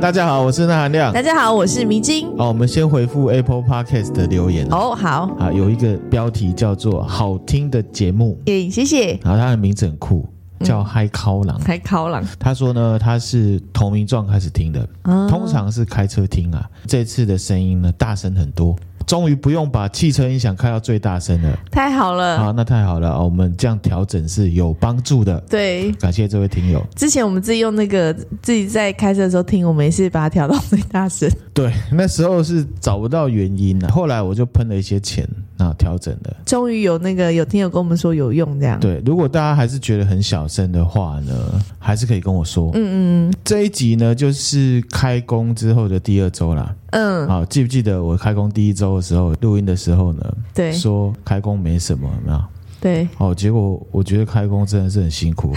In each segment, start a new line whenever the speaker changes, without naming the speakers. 大家好，我是那含亮。
大家好，我是迷津。
好，我们先回复 Apple Podcast 的留言。
哦，好，
啊，有一个标题叫做“好听的节目
耶，谢谢”，。
然后它的名字很酷，
嗯
叫嗨靠郎。
还考朗，
他说呢，他是同名状开始听的，
啊
通常是开车听啊。这次的声音呢，大声很多，终于不用把汽车音响开到最大声了。
太好了。
好，那太好了，哦我们这样调整是有帮助的。
对，
感谢这位听友。
之前我们自己用那个自己在开车的时候听，我们也是把它调到最大 声。
对，那时候是找不到原因的、后来我就喷了一些钱，那调整了。
终于有那个有听友跟我们说有用，这样。
对，如果大家还是觉得很小声的话呢，还是可以跟我说。
嗯嗯
这一集呢，就是开工之后的第二周啦。
嗯，
好，记不记得我开工第一周的时候，录音的时候呢，
对
说开工没什么，有没有？
对，
哦，结果我觉得开工真的是很辛 苦，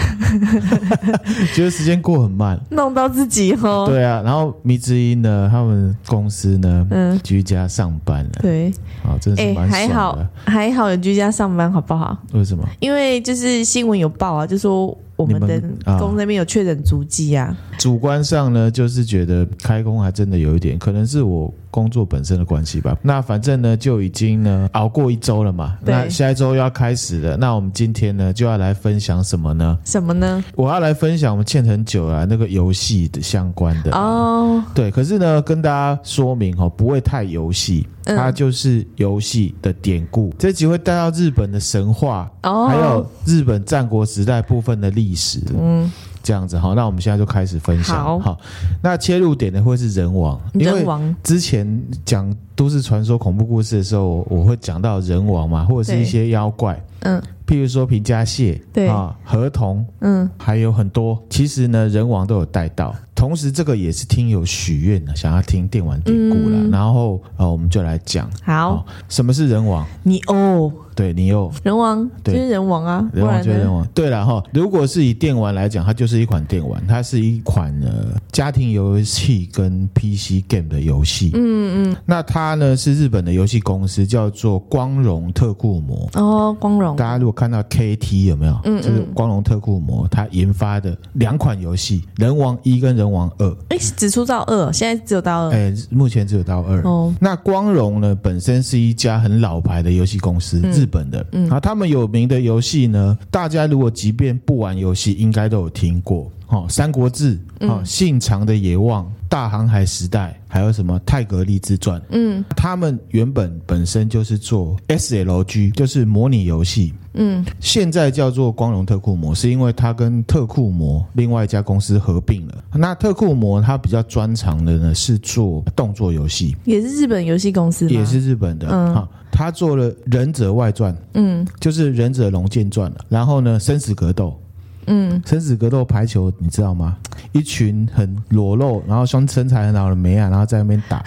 觉得时间过很慢。
弄到自己哦。，
对啊，然后迷之音呢，他们公司呢，
嗯
居家上班了，
对，
啊、真的是
哎，
蛮
还
爽
好
的。
还好有居家上班，好不好？
为什么？
因为就是新闻有报啊，就说我们的
你们啊
宫那边有确诊足迹啊。
主观上呢，就是觉得开工还真的有一点，可能是我工作本身的关系吧。那反正呢，就已经呢熬过一周了嘛，
对
那下一周又要开始了。那我们今天呢，就要来分享什么呢？
什么呢？
我要来分享我们欠很久啊了那个游戏的相关的。
哦，
对，可是呢，跟大家说明哦，不会太游戏，
嗯
它就是游戏的典故。这集会带到日本的神话，
哦
还有日本战国时代部分的历史。
嗯，
这样子好，那我们现在就开始分享。
好
那切入点呢会是人王，因
人
为
王，
之前讲都市传说恐怖故事的时候，我会讲到人王嘛，或者是
对
一些妖怪，
嗯
譬如说平家蟹，
对
啊，河童，
嗯，
还有很多。其实呢，人王都有带到，同时这个也是听友许愿的，想要听电玩典故啦。
嗯
然后呃，我们就来讲，
好
哦，什么是人王？
你哦，
对你又。
人王就
对
是人王啊，不
人王
然
就是人
呢？
王，对了哈，如果是以电玩来讲，它就是一款电玩，它是一款呃家庭游戏跟 PC game 的游戏。嗯嗯，那它呢是日本的游戏公司叫做光荣特库摩。
哦，光荣
大，家如果看到 KT 有没有？
嗯嗯
就是光荣特库摩它研发的两款游戏《人王一》跟《人王二》
哎，只出到二，现在只有到二。
哎，目前只有到二。
嗯哦，
那光荣呢，本身是一家很老牌的游戏公司，日本的。嗯，啊，他们有名的游戏呢，大家如果即便不玩游戏，应该都有听过。哦，《三国志》哦，信长的野望》《大航海时代》，还有什么《泰格立志传》。
嗯
他们原本本身就是做 SLG，就是模拟游戏。
嗯，
现在叫做光荣特库摩，是因为它跟特库摩另外一家公司合并了。那特库摩它比较专长的呢是做动作游戏，
也是日本游戏公司吗？
也是日本的
嗯
哈、他做了《忍者外传》，
嗯
就是《忍者龙剑传》了。然后呢，生死格斗，
嗯，
生死格斗排球，你知道吗？一群很裸露，然后身身材很好的美啊，然后在那边 打。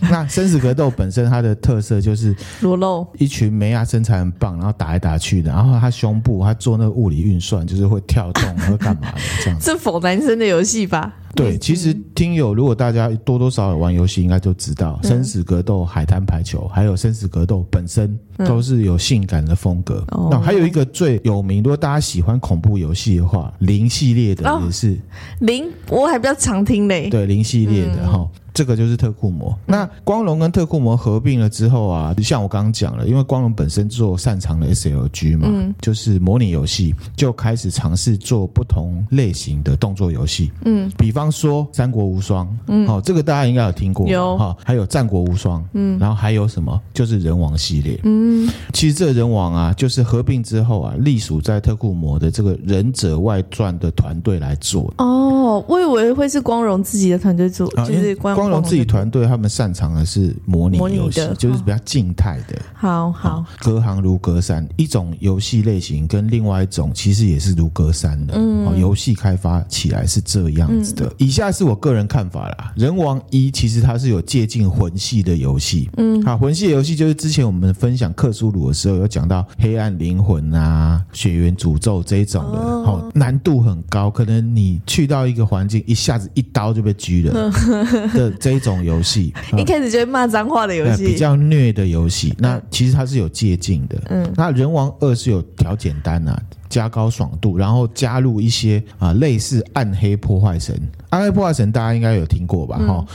那生死格斗本身它的特色就是
裸露，
一群梅亚身材很棒，然后打来打去的，然后他胸部他做那个物理运算，就是会跳动，会干嘛的这样子。
这否男生的游戏吧？
对，其实听友如果大家多多少少有玩游戏，应该就知道
嗯
生死格斗、海滩排球，还有生死格斗本身都是有性感的风格。
嗯哦
那还有一个最有名，如果大家喜欢恐怖游戏的话，零系列的
哦
也是、
零，我还比较常听嘞。
对嗯零系列的哈。这个就是特库摩。那光荣跟特库摩合并了之后啊，就像我刚刚讲了，因为光荣本身做擅长的 SLG 嘛，就是模拟游戏，就开始尝试做不同类型的动作游戏。
嗯，
比方说《三国无双》，嗯，好、这个大家应该有听过，
有
哈、还有《战国无双》，嗯，然后还有什么？就是人王系列，嗯，其实这人王啊，就是合并之后啊，隶属在特库摩的这个忍者外传的团队来做的。
哦，我以为会是光荣自己的团队做，
啊，
就
因
是
为
光
光荣自己
的
团队，他们擅长的是模拟
模拟
游戏
的，哦
就是比较静态的。
好好，
隔行如隔山，一种游戏类型跟另外一种其实也是如隔山的。嗯，哦，游戏开发起来是这样子的。以下是我个人看法啦，《人王一》其实它是有借鉴魂系的游戏。嗯，好，魂系的游戏就是之前我们分享克苏鲁的时候有讲到黑暗灵魂啊、血缘诅咒这一种的，哦 难度很高，可能你去到一个环境一下子一刀就被狙了。的这一种游戏，啊
一开始就会骂脏话的游
呃
戏，
比较虐的游戏，那其实它是有借鉴的。
嗯
那人王二是有调简单啊，加高爽度，然后加入一些啊类似暗黑破坏神，暗黑破坏神大家应该有听过吧？
嗯
哈、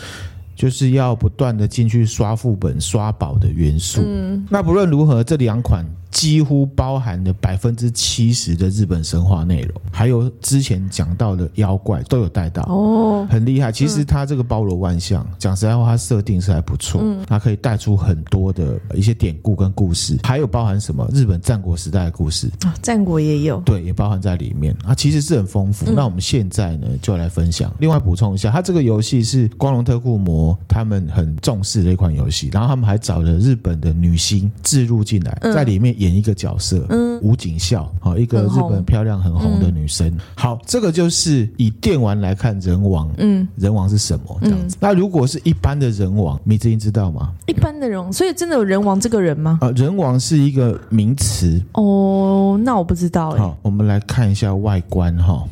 就是要不断的进去刷副本、刷宝的元素。嗯，那不论如何，这两款几乎包含了百分之七十的日本神话内容，还有之前讲到的妖怪都有带到。
哦，
很厉害。其实它这个包罗万象，
嗯
讲实在话，它设定是还不错，它可以带出很多的一些典故跟故事，还有包含什么日本战国时代的故事，
啊战国也有，
对，也包含在里面啊，其实是很丰
嗯
富。那我们现在呢，就来分享。另外补充一下，它这个游戏是光荣特库摩他们很重视的一款游戏，然后他们还找了日本的女星置入进来，在里面演一个角色，嗯，武警校，好一个
嗯很
日
红
本漂亮很红的女生。好，这个就是以电玩来看人王，
嗯，
人王是什么这样子。那如果是一般的人王，米之音知道吗？
一般的人，所以真的有人王这个人吗？
啊，人王是一个名词，
哦，那我不知道哎、
好，我们来看一下外观哈。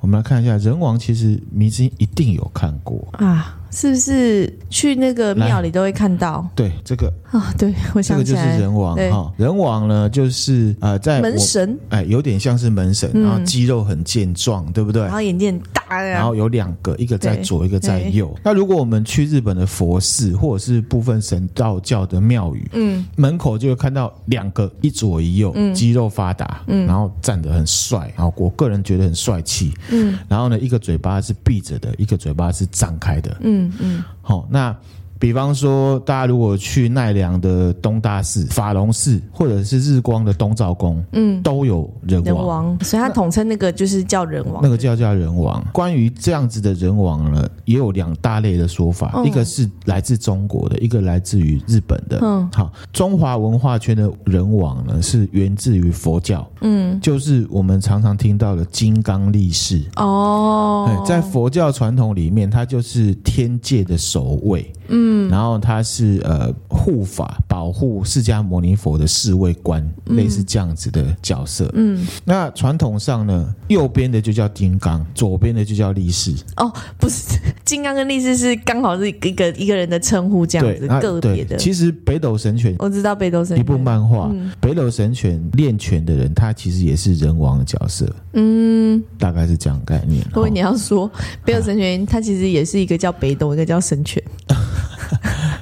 我们来看一下人王，其实迷之音一定有看过。
啊，是不是去那个庙里都会看到
对，这个
啊？对，
这
我想
个
起
就是
来，
人王
对
哈。人王呢，就是呃，在我
门神，嗯
哎，有点像是门神，然后肌肉很健壮，对不对
然？后眼睛很大呀、
然后有两个，一个在
啊对
左，一个在
对
右。那如果我们去日本的佛寺或者是部分神道教的庙宇，
嗯，
门口就会看到两个，一左一右，肌肉发达，然后站得很帅，然后我个人觉得很帅气，
嗯，
然后呢，一个嘴巴是闭着的，一个嘴巴是张开的，
嗯嗯，
好、那比方说，大家如果去奈良的东大寺、法隆寺，或者是日光的东照宫，
嗯，
都有人
人
王。
王，所以他统称那个就是叫人王
那。个叫叫人王。关于这样子的人王呢，也有两大类的说法，
嗯
一个是来自中国的，一个来自于日本的。
嗯，
好，中华文化圈的人王呢，是源自于佛教，
嗯，
就是我们常常听到的金刚力士。
哦
哎，在佛教传统里面，它就是天界的守卫，嗯，然后它是呃护法保护释迦牟尼佛的侍卫官，类似这样子的角色，
嗯，
那传统上呢，右边的就叫金刚，左边的就叫力士，
哦，不是，金刚跟力士是刚好是一个一个人的称呼这样
对
子，，
那
个
对
别的。嗯
其实北斗神拳
我知道北斗神
一
拳
部漫画，北斗神拳练拳的人，他其实也是人王的角色，
嗯，
大概是这样概念。
不过
哦
你要说北斗神拳，它其实也是一个叫北斗，一个叫 神拳。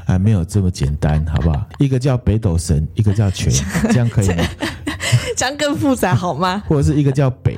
还哎没有这么简单，好不好？一个叫北斗神，一个叫 拳，这样可以吗？
这样更复杂好吗？
或者是一个叫北，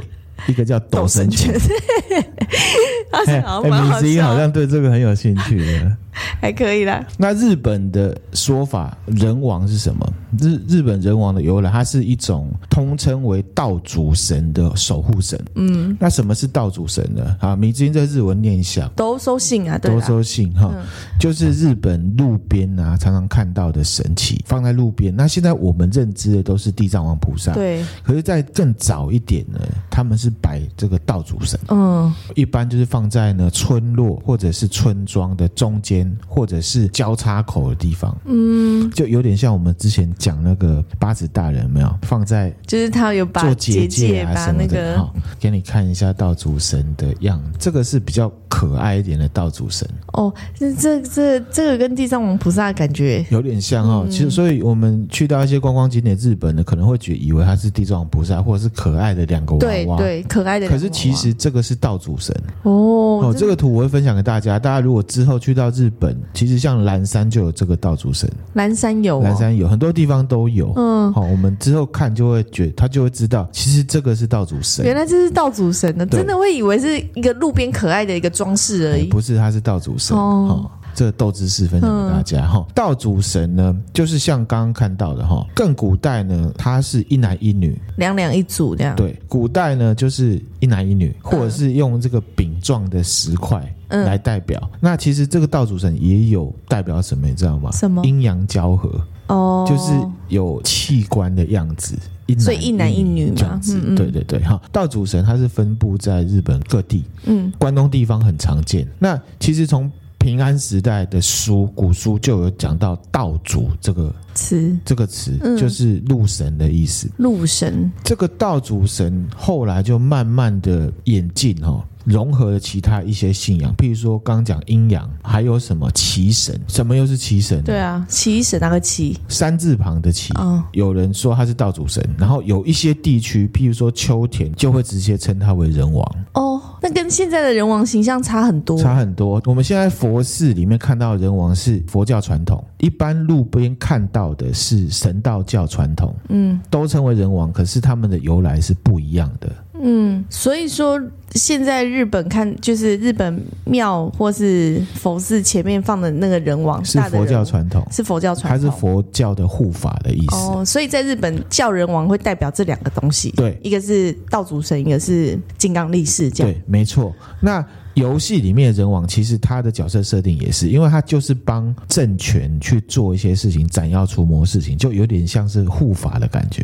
一个叫斗神拳。
好
哎
像好像蛮好
子英好
笑的，
像对这个很有兴趣 的。
还可以啦。
那日本的说法，人王是什么？日日本人王的由来，它是一种通称为道主神的守护神。嗯，那什么是道主神呢？啊，明之音在日文念一下。
都收信啊，对
多
啦，
收信哈，就是日本路边啊常常看到的神奇，放在路边。那现在我们认知的都是地藏王菩萨，。
对，
可是，在更早一点呢，他们是摆这个道主神。
嗯
一般就是放在呢村落或者是村庄的中间，或者是交叉口的地方，
嗯，
就有点像我们之前讲那个八子大人有没有放在
就是他有把
做
结
结界
界
啊
把
什么
那
的，
个
哈、给你看一下道主神的样子，这个是比较可爱一点的道主神，
哦，这这这这个跟地藏王菩萨的感觉
有点像哈、
嗯
其实，所以我们去到一些观光景点，日本的可能会觉以为它是地藏王菩萨，或者是可爱的两个娃
对
娃。
对，可爱的
可
两个娃娃。
是其实这个是道主神，
哦
哦，，这个图我会分享给大家。大家如果之后去到日本，其实像蓝山就有这个道主神，
蓝山有哦
蓝山有很多地方都有。哦
嗯，
好、我们之后看就会觉，他就会知道，其实这个是道主神，
原来这是道主神的，
对
真的会以为是一个路边可爱的一个装饰而
哎
已。
不是他是道主神。
哦嗯
哦这个斗知识分享给大家哈、哦道主神呢，就是像刚刚看到的哈、更古代呢，他是一男一女，
两两一组这样，
对，古代呢就是一男一女，或者是用这个饼状的石块
嗯
来代表。那其实这个道主神也有代表什么，你知道吗？
什么
阴阳交合，
哦，
就是有器官的样子。
所以一男一女嘛
这样子，
嗯嗯
对对对，哈，道主神它是分布在日本各地，
嗯
关东地方很常见。那其实从平安时代的书，古书就有讲到道主这个
词
这个词
嗯
就是路神的意思。
路神，
这个道主神后来就慢慢的演进哦，融合了其他一些信仰，譬如说刚讲阴阳，还有什么奇神，什么又是奇神？
对，啊，奇神那个奇，
三字旁的奇。
哦，
有人说他是道主神，然后有一些地区，譬如说秋田，就会直接称他为人王，
哦，那跟现在的人王形象差很多，
差很多。我们现在佛寺里面看到的人王是佛教传统，一般路边看到的是神道教传统，
嗯
都称为人王，可是他们的由来是不一样的。
嗯，所以说现在日本看就是日本庙或是佛寺前面放的那个人王，
是
大的
佛
人
教
王
传统，
是佛教
它
传
是
统，
佛教的护法的意思。
哦，所以在日本叫人王会代表这两个东西，
对
一个是道主神，一个是金刚力士，这样，
对，没错。那游戏里面的人王，其实他的角色设定也是，因为他就是帮政权去做一些事情，斩妖除魔事情，就有点像是护法的感觉。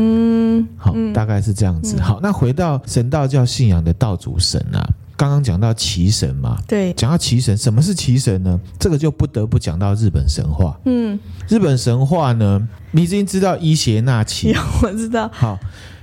嗯
好，大概是这样子。好，那回到神道教信仰的道主神啊，刚刚讲到奇神嘛。
对，
讲到奇神，什么是奇神呢？这个就不得不讲到日本神话。
嗯，
日本神话呢，你已经知道伊邪那岐
有我知道，
好，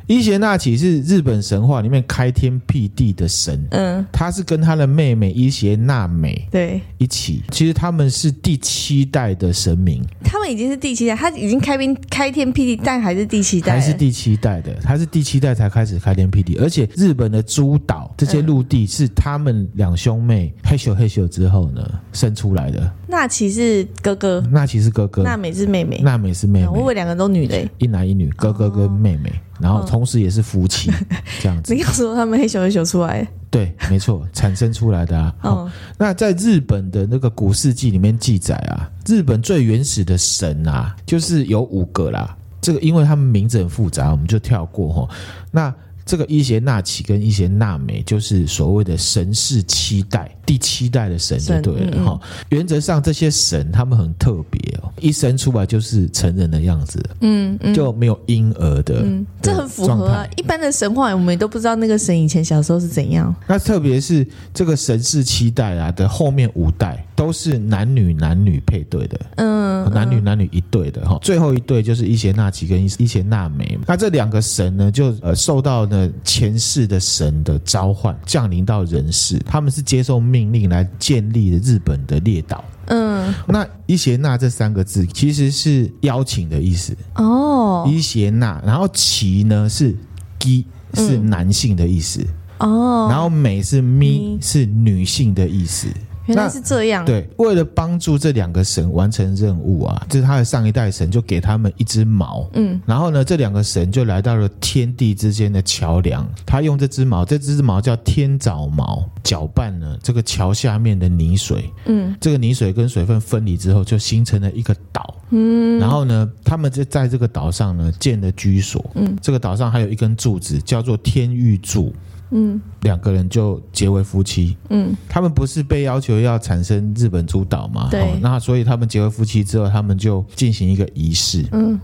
伊邪那岐是日本神话里面开天辟地的神，
嗯，
他是跟他的妹妹伊邪那美
对
一起，其实他们是第七代的神明，
他们已经是第七代，他已经开兵开天辟地，但还是第七代，
还是第七代的，他是第七代才开始开天辟地，而且日本的诸岛这些陆地是他们两兄妹嘿咻嘿咻之后呢生出来的，
那岐是哥哥，
那岐是哥嗯哥，
那美是妹妹，哦
那美是妹
我以
妹。
为两个都女的欸。哦
一男一女，哥哥跟妹妹，然后同时也是夫妻，这样子
你，要说他们黑咻黑咻出来，
对，没错，产生出来的啊。好
嗯
那在日本的那个古世纪里面记载啊，日本最原始的神啊，就是有五个啦。这个因为他们名字很复杂，我们就跳过哈。那这个伊邪那岐跟伊邪那美，就是所谓的神是七代，第七代的神就对
嗯
了哈、原则上，这些神他们很特别哦，一生出来就是成人的样子，
嗯嗯，
就没有婴儿的。
嗯，这很符合
状
啊
态。
一般的神话，我们也都不知道那个神以前小时候是怎样。
那特别是这个神是七代啊的后面五代都是男女男女配对的，
嗯，
男女男女一对的哈，最后一对就是伊邪那岐跟伊伊邪那美。那这两个神呢，就呃受到呢前世的神的召唤，降临到人世，他们是接受命令来建立的日本的列岛。
嗯，
那伊邪那这三个字其实是邀请的意思，
哦
伊邪那，然后岐呢是鸡，是
嗯
男性的意思，
哦，
然后美是咪
咪，嗯
是女性的意思。
原来是这样。
对，为了帮助这两个神完成任务啊，就是他的上一代神就给他们一只矛，
嗯，
然后呢，这两个神就来到了天地之间的桥梁，他用这只矛，这只矛叫天藻矛，搅拌了这个桥下面的泥水，
嗯，
这个泥水跟水分分离之后，就形成了一个岛，嗯，然后呢，他们就在这个岛上呢建了居所，嗯，这个岛上还有一根柱子叫做天玉柱，
嗯
两个人就结为夫妻，
嗯，
他们不是被要求要产生日本诸岛嘛？
对
哦那所以他们结为夫妻之后，他们就进行一个仪式。
嗯，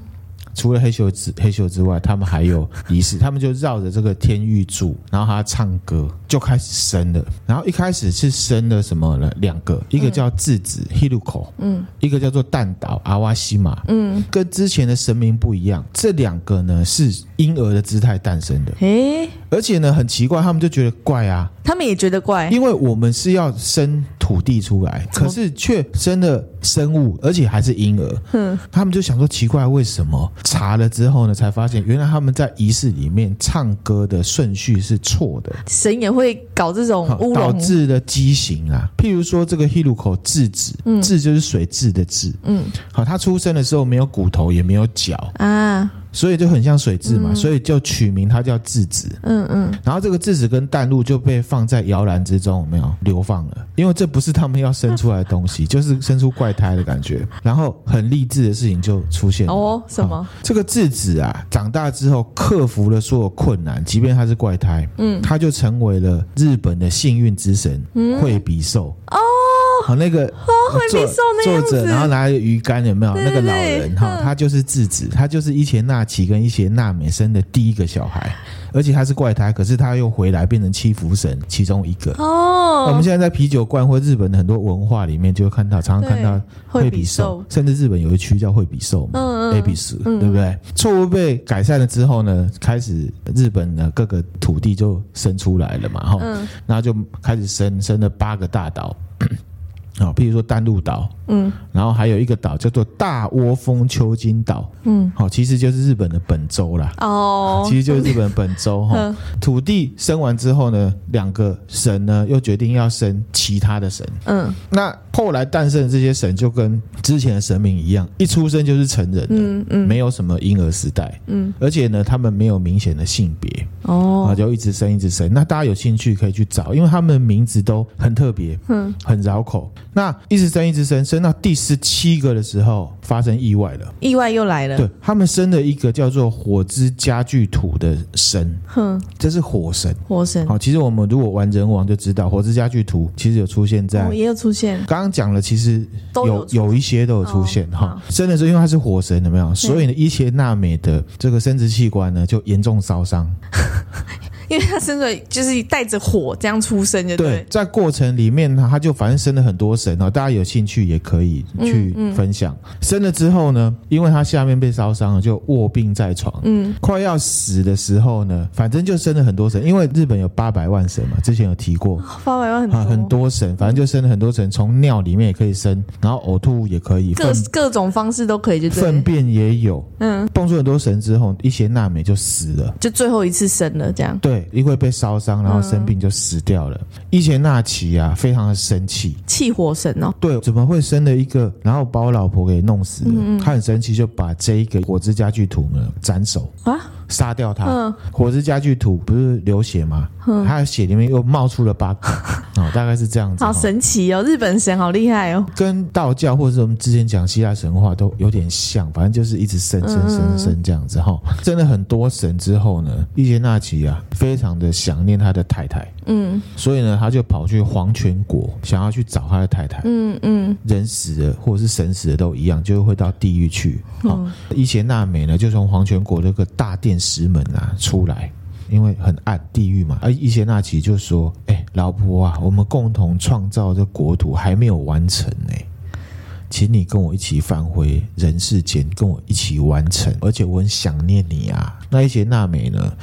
除了黑秀之黑秀之外，他们还有仪式， 他们就绕着这个天玉柱，然后他唱歌，就开始生了。然后一开始是生了什么呢？两个，一个叫智子 Hiruko，
嗯，
一个叫做蛋岛阿瓦西玛。
嗯，
跟之前的神明不一样，这两个呢是婴儿的姿态诞生的，
诶，
而且呢很奇怪，他们就觉得怪啊，
他们也觉得怪。
因为我们是要生土地出来，
怎么
可是却生了生物，而且还是婴儿。
嗯，
他们就想说奇怪，为什么？查了之后呢，才发现原来他们在仪式里面唱歌的顺序是错的，
神也会搞这种乌
导
龙。
致了畸形啊。譬如说这个 Hiruko 质子，质就是水质的质。
嗯
好，他出生的时候没有骨头，也没有脚，
啊，
所以就很像水质嘛，所以就取名它叫质子。
嗯嗯，
然后这个质子跟淡露就被放在摇篮之中，有没有流放了？因为这不是他们要生出来的东 西，就是生出怪胎的感觉。然后很励志的事情就出现了。
哦，什么？
这个质子啊，长大之后克服了所有困难，即便他是怪
嗯哦
胎，嗯，他就成为了日本的幸运之神惠比寿。好那个
会
坐
被送那
坐
样
着，
子，
然后拿着鱼竿，有没有？
对
那个老
对
人哈，
嗯
他就是智子，他就是伊邪那岐跟伊邪那美生的第一个小孩，而且他是怪胎，可是他又回来变成七福神其中一个。
哦，
我们现在在啤酒罐或日本的很多文化里面就会看到，常常看到
对
惠比寿，，甚至日本有一区叫惠比寿嘛。
嗯
A
嗯，
比十，对不对？错误被改善了之后呢，开始日本呢各个土地就生出来了嘛，哈、
嗯
然后就开始生生了八个大岛， 好、譬如说丹路岛，
嗯，
然后还有一个岛叫做大窝丰丘津岛，
嗯，
好、其实就是日本的本州啦。
哦，
其实就是日本本州哈、
嗯
土地生完之后呢，两个神呢又决定要生其他的神，
嗯
那后来诞生的这些神就跟之前的神明一样，一出生就是成人的，
嗯嗯，
没有什么婴儿时代，
嗯，
而且呢，他们没有明显的性别啊，
哦，
就一直生一直生。那大家有兴趣可以去找，因为他们的名字都很特别，
嗯，
很绕口。那一直生一直生，生到第十七个的时候发生意外了，
意外又来了，
对他们生了一个叫做火之家具土的神，
哼，
这是火神。
火神，
好，其实我们如果玩人王就知道，火之家具土其实有出现在
哦，也有出现，
刚刚讲了，其实
都有
有
出
有一些都有出现
哦
哈
好。
生的时候，因为它是火神，有没有？所以呢，伊邪那美的这个生殖器官呢，就严重烧伤。
因为他生出来就是带着火这样出生，就
对
对，，
在过程里面呢，他就反正生了很多神哦，大家有兴趣也可以
嗯
去分享。生了之后呢，因为他下面被烧伤了，就卧病在床。
嗯，
快要死的时候呢，反正就生了很多神，因为日本有八百万神嘛，之前有提过。
八百万很
啊，
多
很多神，反正就生了很多神，从尿里面也可以生，然后呕吐也可以，
各
粪
各种方式都可以，就对
粪
了，
便也有，
嗯，
蹦出很多神之后，一些娜美就死了。
就最后一次生了这样，
对，因为被烧伤，
嗯
然后生病就死掉了。伊邪那岐啊，非常的生气，
气火神哦，
对，怎么会生了一个，然后把我老婆给弄死了？
嗯
他很生气，就把这一个火之家具土呢斩首，
啊，
杀掉他。
嗯
火之家具土不是流血吗？他的血里面又冒出了八 个，哦，大概是这样子。
好
哦
神奇哦，日本神好厉害哦，
跟道教或者是我们之前讲希腊神话都有点像，反正就是一直生生生生这样子哈。生了很多神之后呢，伊邪那岐啊，非常的想念他的太太，
嗯
所以呢，他就跑去黄泉国，想要去找他的太太。
嗯嗯，
人死了或者是神死了都一样，就会到地狱去。好、伊邪那美呢，就从黄泉国那个大殿石门啊出来。因为很暗，地狱嘛。而伊邪那岐就说：“哎、老婆啊，我们共同创造这国土还没有完成呢、请你跟我一起返回人世间，跟我一起完成。而且我很想念你啊。”那伊邪那美呢，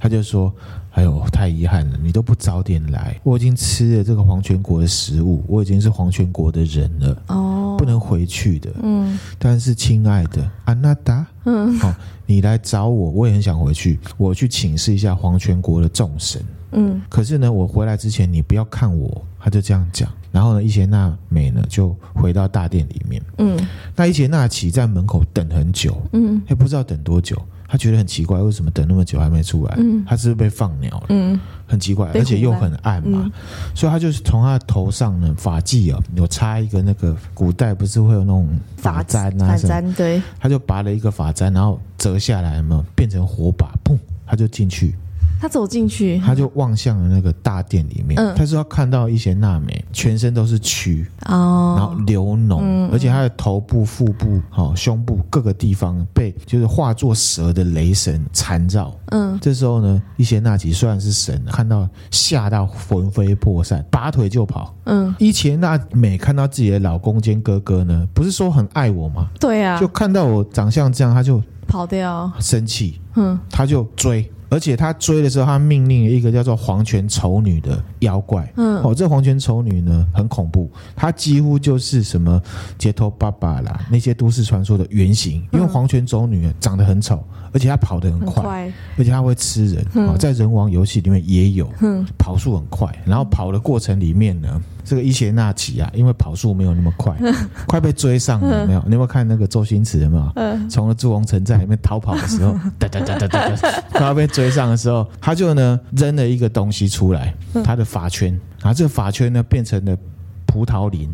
他就说：“哎呦，太遗憾了，你都不早点来，我已经吃了这个黄泉国的食物，我已经是黄泉国的人了。”
哦，
不能回去的。
嗯
但是，亲爱的安娜达，
嗯
好、你来找我，我也很想回去，我去请示一下黄泉国的众神。
嗯
可是呢，我回来之前，你不要看我，他就这样讲。然后呢，伊邪那美呢就回到大殿里面。
嗯
那伊邪那岐在门口等很久，
嗯
也不知道等多久，他觉得很奇怪，为什么等那么久还没出来？
嗯
他是不是被放鸟了？
嗯，
很奇怪，
被
而且又
胡乱
很暗嘛，
嗯
所以他就是从他的头上呢，发髻啊，有插一个那个古代不是会有那种发簪啊
法
什么，
簪对，
他就拔了一个发簪，然后折下来嘛，变成火把，砰，他就进去，
他走进去
他就望向了那个大殿里面，
嗯
他说他看到一些娜美，全身都是蛆，然后
哦，
流脓，而且他的头部、腹部、好、胸部各个地方被就是化作蛇的雷神缠绕。
嗯
这时候呢，伊邪那岐虽然是神，啊看到吓到魂飞魄散，拔腿就跑。
嗯，
伊邪那美看到自己的老公兼哥哥呢，不是说很爱我吗？
对啊
就，看到我长相这样，他就
跑掉，
生气，
嗯
他就追。而且他追的时候，他命令了一个叫做黄泉丑女的妖怪。
嗯
哦，这黄泉丑女呢很恐怖，她几乎就是什么街头爸爸啦那些都市传说的原型。因
嗯
为黄泉丑女啊长得很丑，而且她跑得很
很
快，
快，
而且它会吃人、哦，在人王游戏里面也有，
嗯
跑速很快，然后跑的过程里面呢，这个伊邪那岐啊，因为跑速没有那么快，
嗯
快被追上了，有没有？你有没有看那个周星驰有没有？
嗯
从朱红城寨里面逃跑的时候， 哒哒哒哒哒哒，快要被追上的时候，他就呢扔了一个东西出来，
嗯
他的法圈，然后这个法圈呢变成了葡萄林，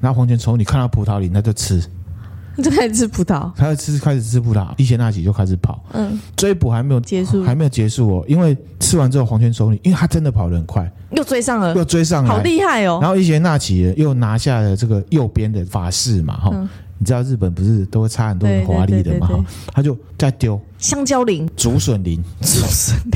然后黄泉虫你看到葡萄林他就吃，
就开始吃葡萄。
他就吃开始吃葡萄，一前那起就开始跑，
嗯，
追捕还没有
结束
还没有结束哦，因为吃完之后黄泉手里，因为他真的跑得很快，
又追上了，
又追上
嗯好
来，
厉害哦！
然后一前那起又拿下了这个右边的法式嘛，哈、
嗯
你知道日本不是都会插很多很华丽的嘛，
对对对对
哈，他就再丢
香蕉林，
竹笋 林，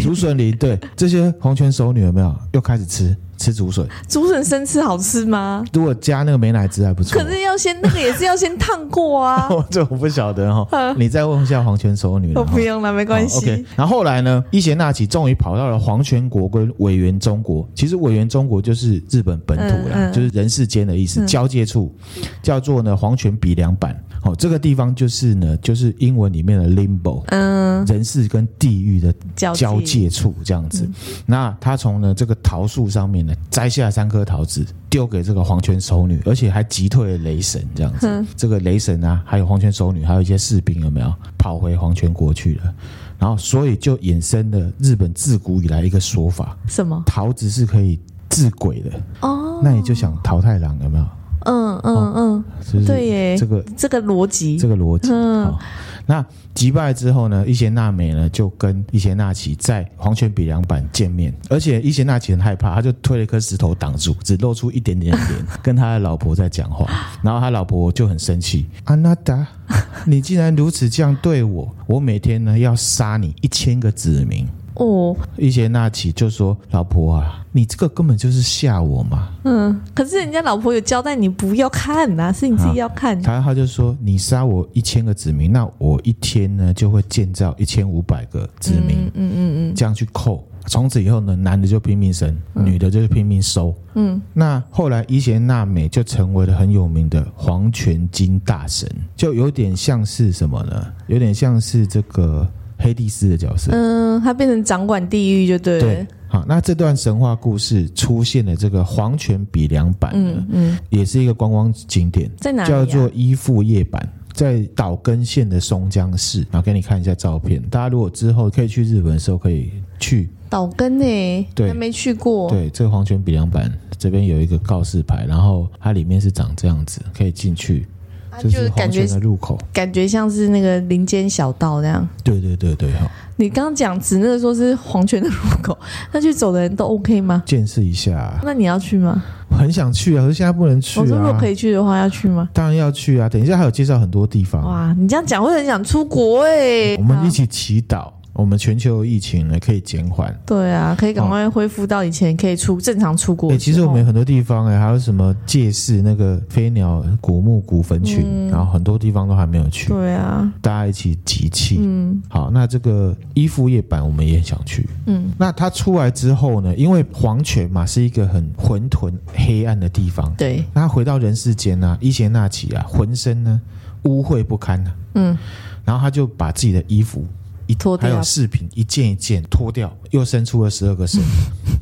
竹笋林，对，这些红拳手女有没有又开始吃吃竹笋？
竹笋生吃好吃吗？
如果加那个美乃滋还不错。
可是要先那个也是要先烫过 啊。嗯
哦这我不晓得哈，你再问一下黄泉手女了
我
哈。
不用了，没关
哦，OK
系。。
然后后来呢，伊邪那岐终于跑到了黄泉国跟委员中国。其实委员中国就是日本本土啦，
嗯嗯嗯
就是人世间的意思，交界处叫做呢黄泉鼻梁板。哦，这个地方就是呢，就是英文里面的 limbo，
嗯，
人世跟地狱的
交
交界处这样
嗯
子。那他从呢这个桃树上面呢摘下三颗桃子，丢给这个黄泉守女，而且还击退了雷神这样子。
嗯
这个雷神啊，还有黄泉守女，还有一些士兵有没有跑回黄泉国去了？然后所以就衍生了日本自古以来一个说法，
什么？
桃子是可以治鬼的。
哦，
那你就想桃太郎有没有？
嗯嗯嗯，
就是
对耶
这个
这个逻辑
这，个逻辑。
嗯
好，那击败之后呢，伊邪那美呢就跟伊邪那岐在黄泉比良坂见面，而且伊邪那岐很害怕，他就推了一颗石头挡住，只露出一点点的脸，跟他的老婆在讲话，然后他老婆就很生气，安娜达，你竟然如此这样对我，我每天呢要杀你一千个子民。
哦，
伊邪那岐就说：“老婆啊，你这个根本就是吓我嘛。”
嗯，可是人家老婆有交代你不要看呐、是你自己要看。
啊他他就说：“你杀我一千个子民，那我一天呢就会建造一千五百个子民，嗯嗯嗯，这样去扣。从此以后呢，男的就拼命生，女的就是拼命收。嗯，那后来伊邪那美就成为了很有名的黄泉金大神，就有点像是什么呢？有点像是这个黑帝斯的角色。
嗯，他变成掌管地狱就对了。
对，好，那这段神话故事出现的这个黄泉比良版呢，
嗯嗯，
也是一个观光景点，
在哪里、啊？
叫做依附夜板，在岛根县的松江市。然后给你看一下照片，大家如果之后可以去日本的时候可以去。
岛根呢、
对
还没去过。
对，这个黄泉比良板这边有一个告示牌，然后它里面是长这样子，可以进去，
啊
这
就是
黄
感
泉
觉
的入口。
感觉像是那个林间小道那样。
对对对对，好，
你刚刚讲指那个说是黄泉的入口，那去走的人都 OK 吗？
见识一下，
那你要去吗？
我很想去啊，可是现在不能去
我说如果
啊
可。以去的话，要去吗？
当然要去啊！等一下还有介绍很多地方，
哇，你这样讲会很想出国哎、
我们一起祈祷，我们全球疫情呢可以减缓。
对啊，可以赶快恢复到以前可以出正常出国
哎、
的时
哦其
候。
实我们有很多地方哎、还有什么界市那个飞鸟古墓古坟群，然后很多地方都还没有去，
嗯对啊，
大家一起集气。
嗯
好，那这个衣服夜版我们也很想去。
嗯，
那它出来之后呢，因为黄泉嘛是一个很混沌黑暗的地方，
对，
那他回到人世间啊，伊邪那岐啊，浑身呢污秽不堪啊，
嗯，
然后他就把自己的衣服一
脱掉
还有饰品一件一件脱掉，又生出了十二个 肾。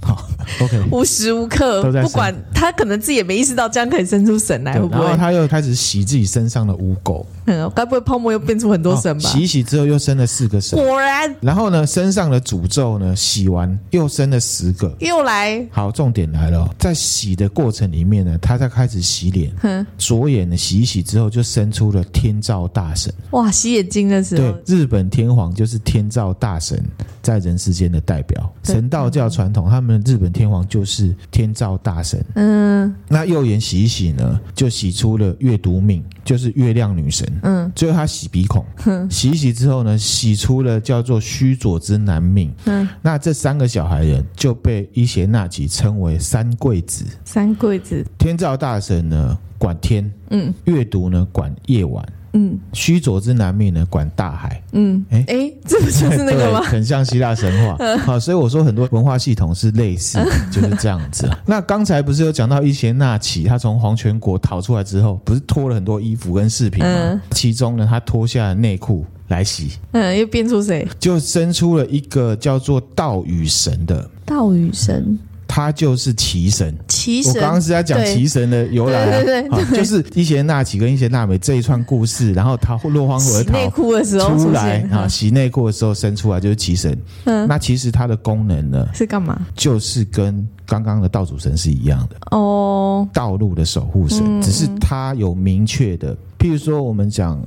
好，OK，
无时无刻
都在
不
生
管他，可能自己也没意识到这样可以生出神来，会
对，
不
然后
会？
他又开始洗自己身上的污垢，
嗯，该不会泡沫又变出很多神吧
哦？洗一洗之后又生了四个神，
果然
然后呢，身上的诅咒呢，洗完又生了十个。
又来，
好，重点来了哦，在洗的过程里面呢，他才开始洗脸，
哼，
左眼呢洗一洗之后，就生出了天照大神。
哇，洗眼睛的时
对
候，，
日本天皇就是天照大神在人世间的代表。
对
神道教传统，他们日本天皇就是天照大神。
嗯
那右眼洗一洗呢，就洗出了月读命，就是月亮女神。
嗯
最后他洗鼻孔，洗一洗之后呢，洗出了叫做须佐之男命。
嗯，
那这三个小孩人就被伊邪那岐称为三贵子。
三桂子，
天照大神呢管天，
嗯
月读呢管夜晚，
嗯
须佐之男命呢管大海。
嗯，
哎
哎，这不 就是那个吗 嗯
对？很像希腊神话。好，所以我说很多文化系统是类似的，就是这样子。 那刚才不是有讲到伊邪那岐，他从黄泉国逃出来之后，不是脱了很多衣服跟饰品吗？
嗯
其中呢，他脱下了内裤来洗，
嗯，又变出谁？
就生出了一个叫做道与神的，
道与神、
他就是奇神。
奇
我
神，
刚刚是在讲
对
奇神的由来、啊，
对对对
好就是伊邪那岐跟伊邪那美这一串故事，然后逃落荒而
洗
逃，
内裤的时候
出
出
来
现，
啊，洗内裤的时候生出来就是奇神。
嗯
那其实它的功能呢，
是干嘛？
就是跟刚刚的道主神是一样的，
哦，
道路的守护神，
嗯
只是
嗯
他有明确的，譬如说我们讲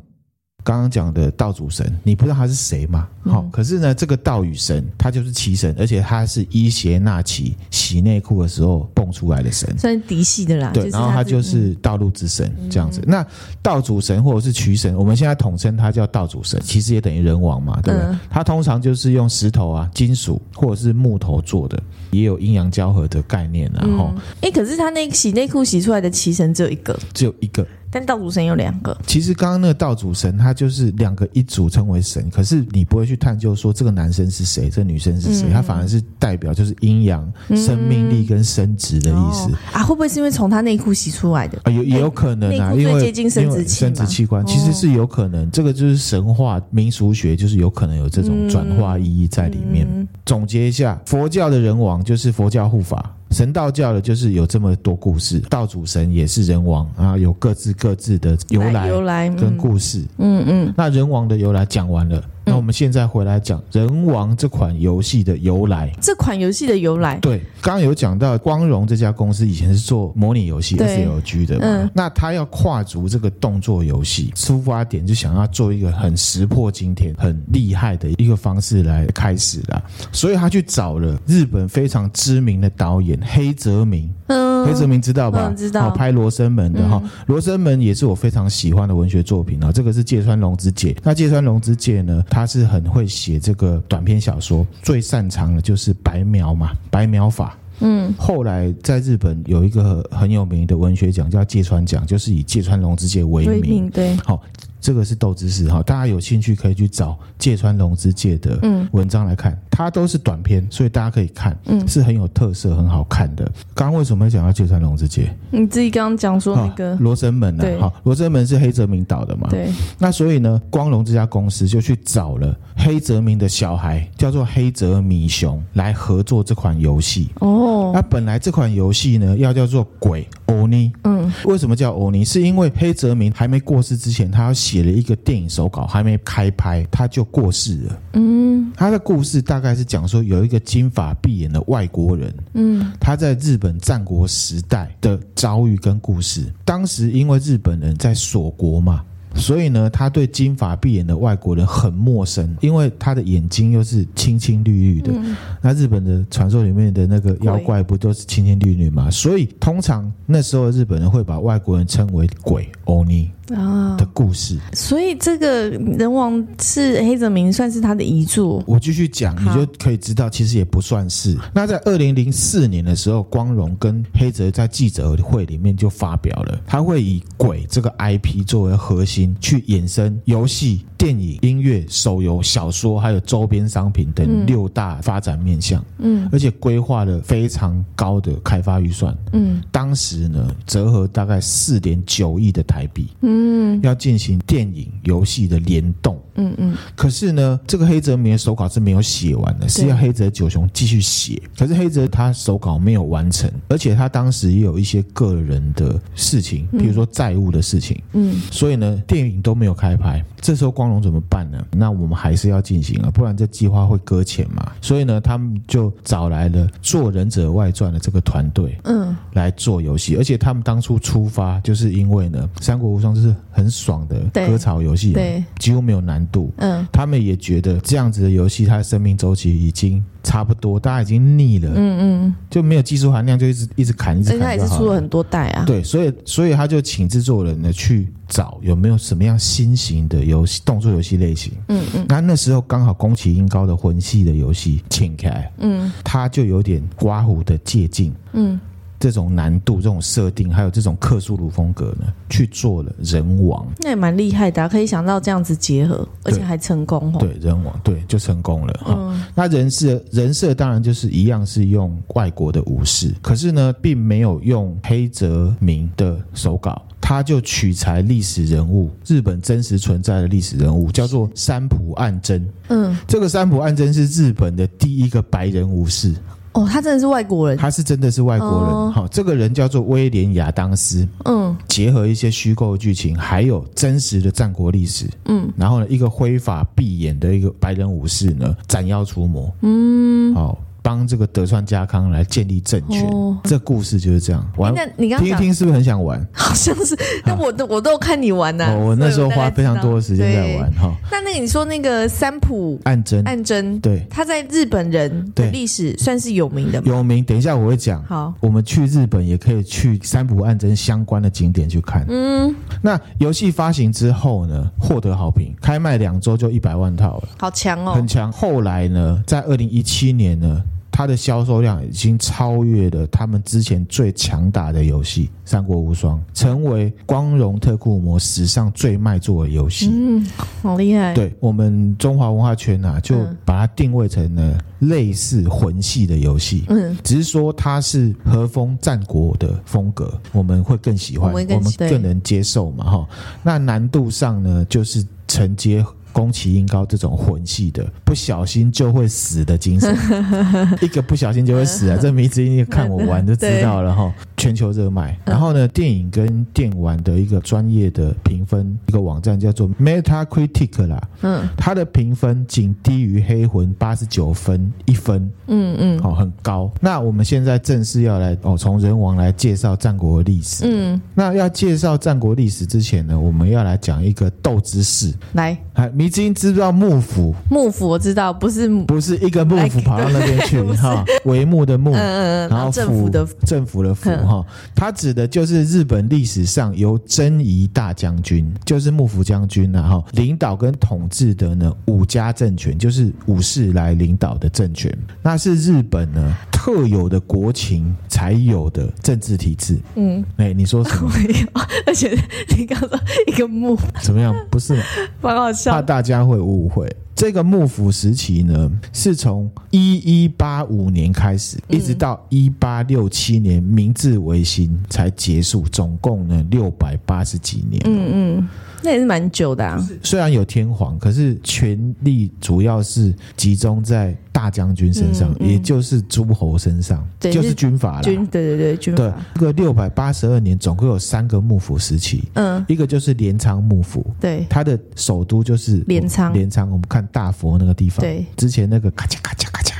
刚刚讲的道主神，你不知道他是谁嘛？
嗯
好、可是呢，这个道与神，他就是奇神，而且他是伊邪那岐洗内裤的时候蹦出来的神。
算是嫡系的啦。
对，
就是
然后他就是道路之神
嗯
这样子。那道主神或者是渠神，我们现在统称他叫道主神，其实也等于人王嘛，对不对
嗯？
他通常就是用石头啊、金属或者是木头做的，也有阴阳交合的概念啊，然后
哎、可是他那个洗内裤洗出来的奇神只有一个，
只有一个。
但道主神有两个。
其实刚刚那个道主神，他就是两个一组称为神，可是你不会去探究说这个男生是谁，这个女生是
嗯
谁，他反而是代表就是阴阳、生命力跟生殖的意思
哦。啊，会不会是因为从他内裤洗出来的？
啊，有也有可能啊，
内内裤最
因为
接近生殖器
因为生
嘛
殖器官
哦
其实是有可能，这个就是神话民俗学，就是有可能有这
嗯
种转化意义在里面。总结一下，佛教的人王就是佛教护法。神道教的就是有这么多故事，道主神也是人王啊，有各自各自的由来
由来
跟
嗯
故事。
嗯嗯，
那人王的由来讲完了，那我们现在回来讲人王这款游戏的由来。
这款游戏的由来，
对，刚刚有讲到光荣这家公司以前是做模拟游戏
对
S L G 的嘛，
嗯
那他要跨足这个动作游戏，出发点就想要做一个很石破惊天、很厉害的一个方式来开始啦，所以他去找了日本非常知名的导演黑泽明，
嗯，
黑泽明知道吧？
嗯知道嗯
哦拍《罗生门》的哈，罗生门》也是我非常喜欢的文学作品啊。这个是芥川龙之介。那芥川龙之介呢，他是很会写这个短篇小说，最擅长的就是白描嘛，白描法。嗯，后来在日本有一个很有名的文学奖叫芥川奖，就是以芥川龙之介为
为
名
名。对，
好、这个是豆知识哈，大家有兴趣可以去找芥川龙之介的文章来看，它都是短篇，所以大家可以看，嗯，是很有特色、很好看的。刚刚为什么要讲到芥川龙之介？
你自己刚刚讲说那个
哈，罗生门呢、
对
啊？好，罗生门是黑泽明导的嘛？。
对，
那所以呢，光荣这家公司就去找了黑泽明的小孩，叫做黑泽米雄，来合作这款游戏。
哦，
那本来这款游戏呢，要叫做鬼欧尼。嗯，为什么叫欧尼？是因为黑泽明还没过世之前，他写了一个电影手稿，还没开拍，他就过世了。嗯，他的故事大概是讲说，有一个金发碧眼的外国人，嗯，他在日本战国时代的遭遇跟故事。当时因为日本人在锁国嘛。所以呢，他对金发碧眼的外国人很陌生，因为他的眼睛又是青青绿绿的，那日本的传说里面的那个妖怪不都是青青绿绿吗？所以通常那时候日本人会把外国人称为鬼欧尼
啊
的，故事。
所以这个人王是黑泽明，算是他的遗作。
我继续讲，你
好
就可以知道，其实也不算是。那在二零零四年的时候，光荣跟黑泽在记者会里面就发表了，他会以鬼这个 IP 作为核心，去衍生游戏、电影、音乐、手游、小说，还有周边商品等六大发展面向。嗯，而且规划了非常高的开发预算。
嗯，
当时呢，折合大概四点九亿的台币。嗯，要进行电影、游戏的联动。
嗯嗯，
可是呢，这个黑泽明的手稿是没有写完的，是要黑泽九雄继续写。可是黑泽他手稿没有完成，而且他当时也有一些个人的事情，比如说债务的事情。
嗯，
所以呢，电影都没有开拍。这时候光荣怎么办呢？那我们还是要进行啊，不然这计划会搁浅嘛。所以呢，他们就找来了做《忍者外传》的这个团队，
嗯，
来做游戏。而且他们当初出发就是因为呢，《三国无双》就是很爽的
对
割草游戏，啊
对，
几乎没有难度。
嗯，
他们也觉得这样子的游戏，它的生命周期已经差不多，大家已经腻了，嗯嗯，就没有技术含量，就一直一直砍，一
而
直
且他
砍
也
就是好
出了
了。
很多代啊。
对，所以所以他就请制作人呢去找有没有什么样新型的游戏动作游戏类型。嗯嗯。那那时候刚好宫崎英高的魂系的游戏请开，嗯，他就有点刮胡的借镜，嗯，这种难度、这种设定，还有这种克苏鲁风格呢，去做了人王。
那也蛮厉害的、啊，可以想到这样子结合，而且还成功哦。
对，人王对就成功了哈、那人设人设当然就是一样是用外国的武士，可是呢，并没有用黑泽明的手稿，他就取材历史人物，日本真实存在的历史人物，叫做三浦岸真。
嗯，
这个三浦岸真是日本的第一个白人武士，
哦，他真的是外国人。
他是真的是外国人。
哦
好、这个人叫做威廉亚当斯。
嗯
结合一些虚构的剧情，还有真实的战国历史，嗯，然后呢，一个挥法闭眼的一个白人武士呢，斩妖除魔，嗯，好、帮这个德川家康来建立政权。
哦哎
这故事就是这样玩。
那你刚刚
听一
讲
听是不是很想玩？
好像是，但我都我都有看你玩呢、啊
哦我那时候
所以
花
大概
非常多的时间在玩
知道。
哈，
对那那个你说那个三浦
暗针
岸真，
对
他在日本人的
对
历史算是有名的嘛？
有名。等一下我会讲。
好，
我们去日本也可以去三浦岸真相关的景点去看。嗯，那游戏发行之后呢，获得好评，开卖两周就一百万套了，
好强哦
很！强。后来呢，在二零一七年呢，它的销售量已经超越了他们之前最强大的游戏《三国无双》，成为光荣特库摩史上最卖座的游戏。
嗯，好厉害。
对我们中华文化圈啊，就
嗯
把它定位成呢类似魂系的游戏。
嗯，
只是说它是和风战国的风格，我们会更喜欢，我
我们更
们更能接受嘛哈。那难度上呢，就是承接宫崎英高这种魂系的，不小心就会死的精神， 一个不小心就会死啊！
嗯
这迷之音看我玩就知道了哈。全球热卖，
嗯
然后呢，电影跟电玩的一个专业的评分一个网站叫做 Metacritic 啦，
嗯
它的评分仅低于《黑魂》八十九分一分，
嗯嗯
好、很高。那我们现在正式要来哦，从人王来介绍战国的历史。
嗯，
那要介绍战国历史之前呢，我们要来讲一个斗之士。
来
哎，迷津知不知道幕府
幕府我知道，不是嗯
不是一个幕府跑到那边去哈，帷幕的幕。
嗯，嗯
然后
政府
府
的
政府的府
嗯
哈，它指的就是日本历史上由真仪大将军，就是幕府将军呐、哈，领导跟统治的呢武家政权，就是武士来领导的政权，那是日本呢特有的国情才有的政治体制。
嗯，
哎，你说什么？
没有， 而且你刚说一个幕，
怎么样？不是吗？
蛮好
怕
笑。
大家会误会。这个幕府时期呢，是从一一八五年开始，
嗯
一直到一八六七年明治维新才结束，总共呢六百八十几年。
嗯嗯，那也是蛮久的啊。
虽然有天皇，可是权力主要是集中在大将军身上，
嗯嗯
也就是诸侯身上，
对
就是
是
军阀啦。
军对对对军
对
阀，，
这个六百八十二年总共有三个幕府时期，
嗯
一个就是镰仓幕府，
对
它的首都就是
镰仓
镰仓，我们看大佛那个地方，
对，
之前那个咔嚓咔嚓咔嚓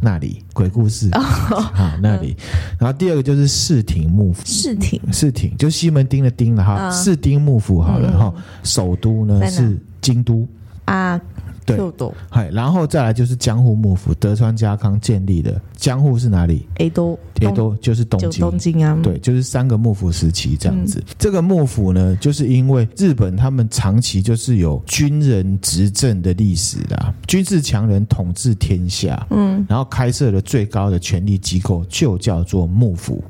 那里鬼故事
哦
啊那里，然后第二个就是室町幕府。
世挺
室町就西门町的町了哈，
嗯
室町幕府好了哈，首都呢
在哪
是京都，
啊，
对
就懂
嗨，然后再来就是江户幕府，德川家康建立的。江户是哪里？
哎都
也都就是东
就
京，
东京啊，
对，就是三个幕府时期这样子。
嗯
这个幕府呢，就是因为日本他们长期就是有军人执政的历史啦，军事强人统治天下，嗯，然后开设了最高的权力机构，就叫做幕府。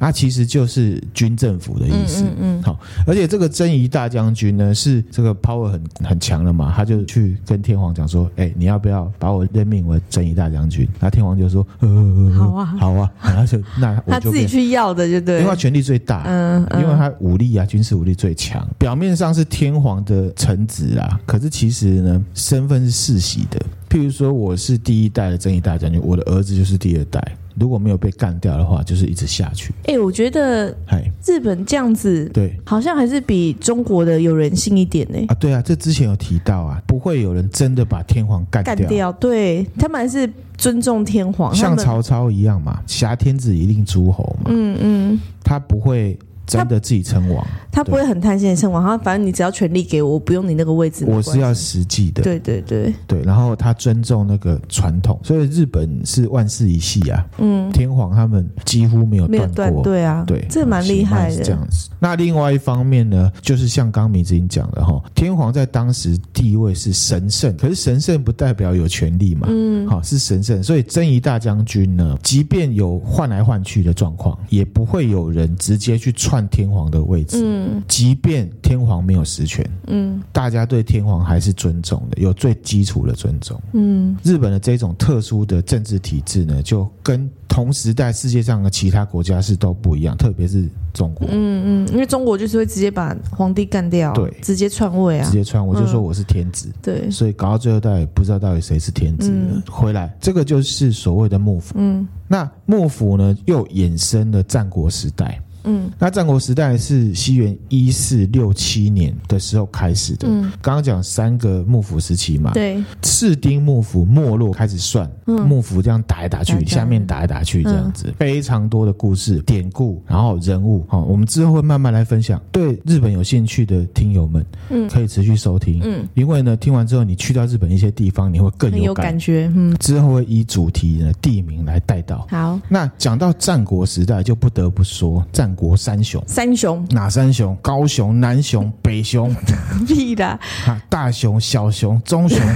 那其实就是军政府的意思，
嗯嗯
好，而且这个真仪大将军呢，是这个 power 很很强的嘛，他就去跟天皇讲说，哎、你要不要把我任命为真仪大将军？那天皇就说，呃，
好啊
好啊，然后就那我
他
就
自己
变
去要的，就
因
对
为他
了，
权力最大，
嗯
因为
嗯，
他武力啊，军事武力最强。表面上是天皇的臣子啊，可是其实呢，身份是世袭的。譬如说，我是第一代的正义大将军，我的儿子就是第二代。如果没有被干掉的话，就是一直下去。
哎，我觉得
嗨，
日本这样子
对
好像还是比中国的有人性一点呢。
啊，对啊，这之前有提到啊，不会有人真的把天皇干
干
掉，
掉，对他们还是尊重天皇，他
像
们
曹操一样嘛，挟天子以令诸侯嘛，
嗯嗯，
他不会真的自己称王，
他不会很贪心的称王，他反正你只要权力给我，我不用你那个位置，没
我
关系
是要实际的。
对对对，
对，然后他尊重那个传统，所以日本是万世一系啊，
嗯，
天皇他们几乎没有
没有
断
断
过。
对啊，
对，
这蛮厉害
是这
的，
样子。那另外一方面呢，就是像刚米子英讲的哈，天皇在当时地位是神圣，可是神圣不代表有权利嘛，嗯，好是神圣，所以真仪大将军呢，即便有换来换去的状况，也不会有人直接去篡天皇的位置，
嗯
即便天皇没有实权，
嗯
大家对天皇还是尊重的，有最基础的尊重。
嗯
日本的这种特殊的政治体制呢，就跟同时代世界上的其他国家是都不一样，特别是中国。
嗯嗯，因为中国就是会直接把皇帝干掉，
对
直接篡位啊
直，接穿，我就说我是天子，
对，
所以搞到最后，到底不知道到底谁是天子的。
嗯
回来，这个就是所谓的幕府。
嗯
那幕府呢，又衍生了战国时代。
嗯
那战国时代是西元一四六七年的时候开始的。
嗯，
刚刚讲三个幕府时期嘛，
对，
士丁幕府没落开始算，
嗯
幕府这样打来打
打来嗯
去，
打去
下面打来打去这样子，非常多的故事、典故，然后人物，好、我们之后会慢慢来分享。对日本有兴趣的听友们，
嗯
可以持续收听，
嗯，
因为呢，听完之后你去到日本一些地方，你会更
很
有
有
感。
感觉，嗯，
之后会依主题呢地名来带到。
好，
那讲到战国时代，就不得不说战国三雄。
三雄
哪三雄？高雄、南雄、北雄，
屁啦，
啊，大雄、小雄、中雄，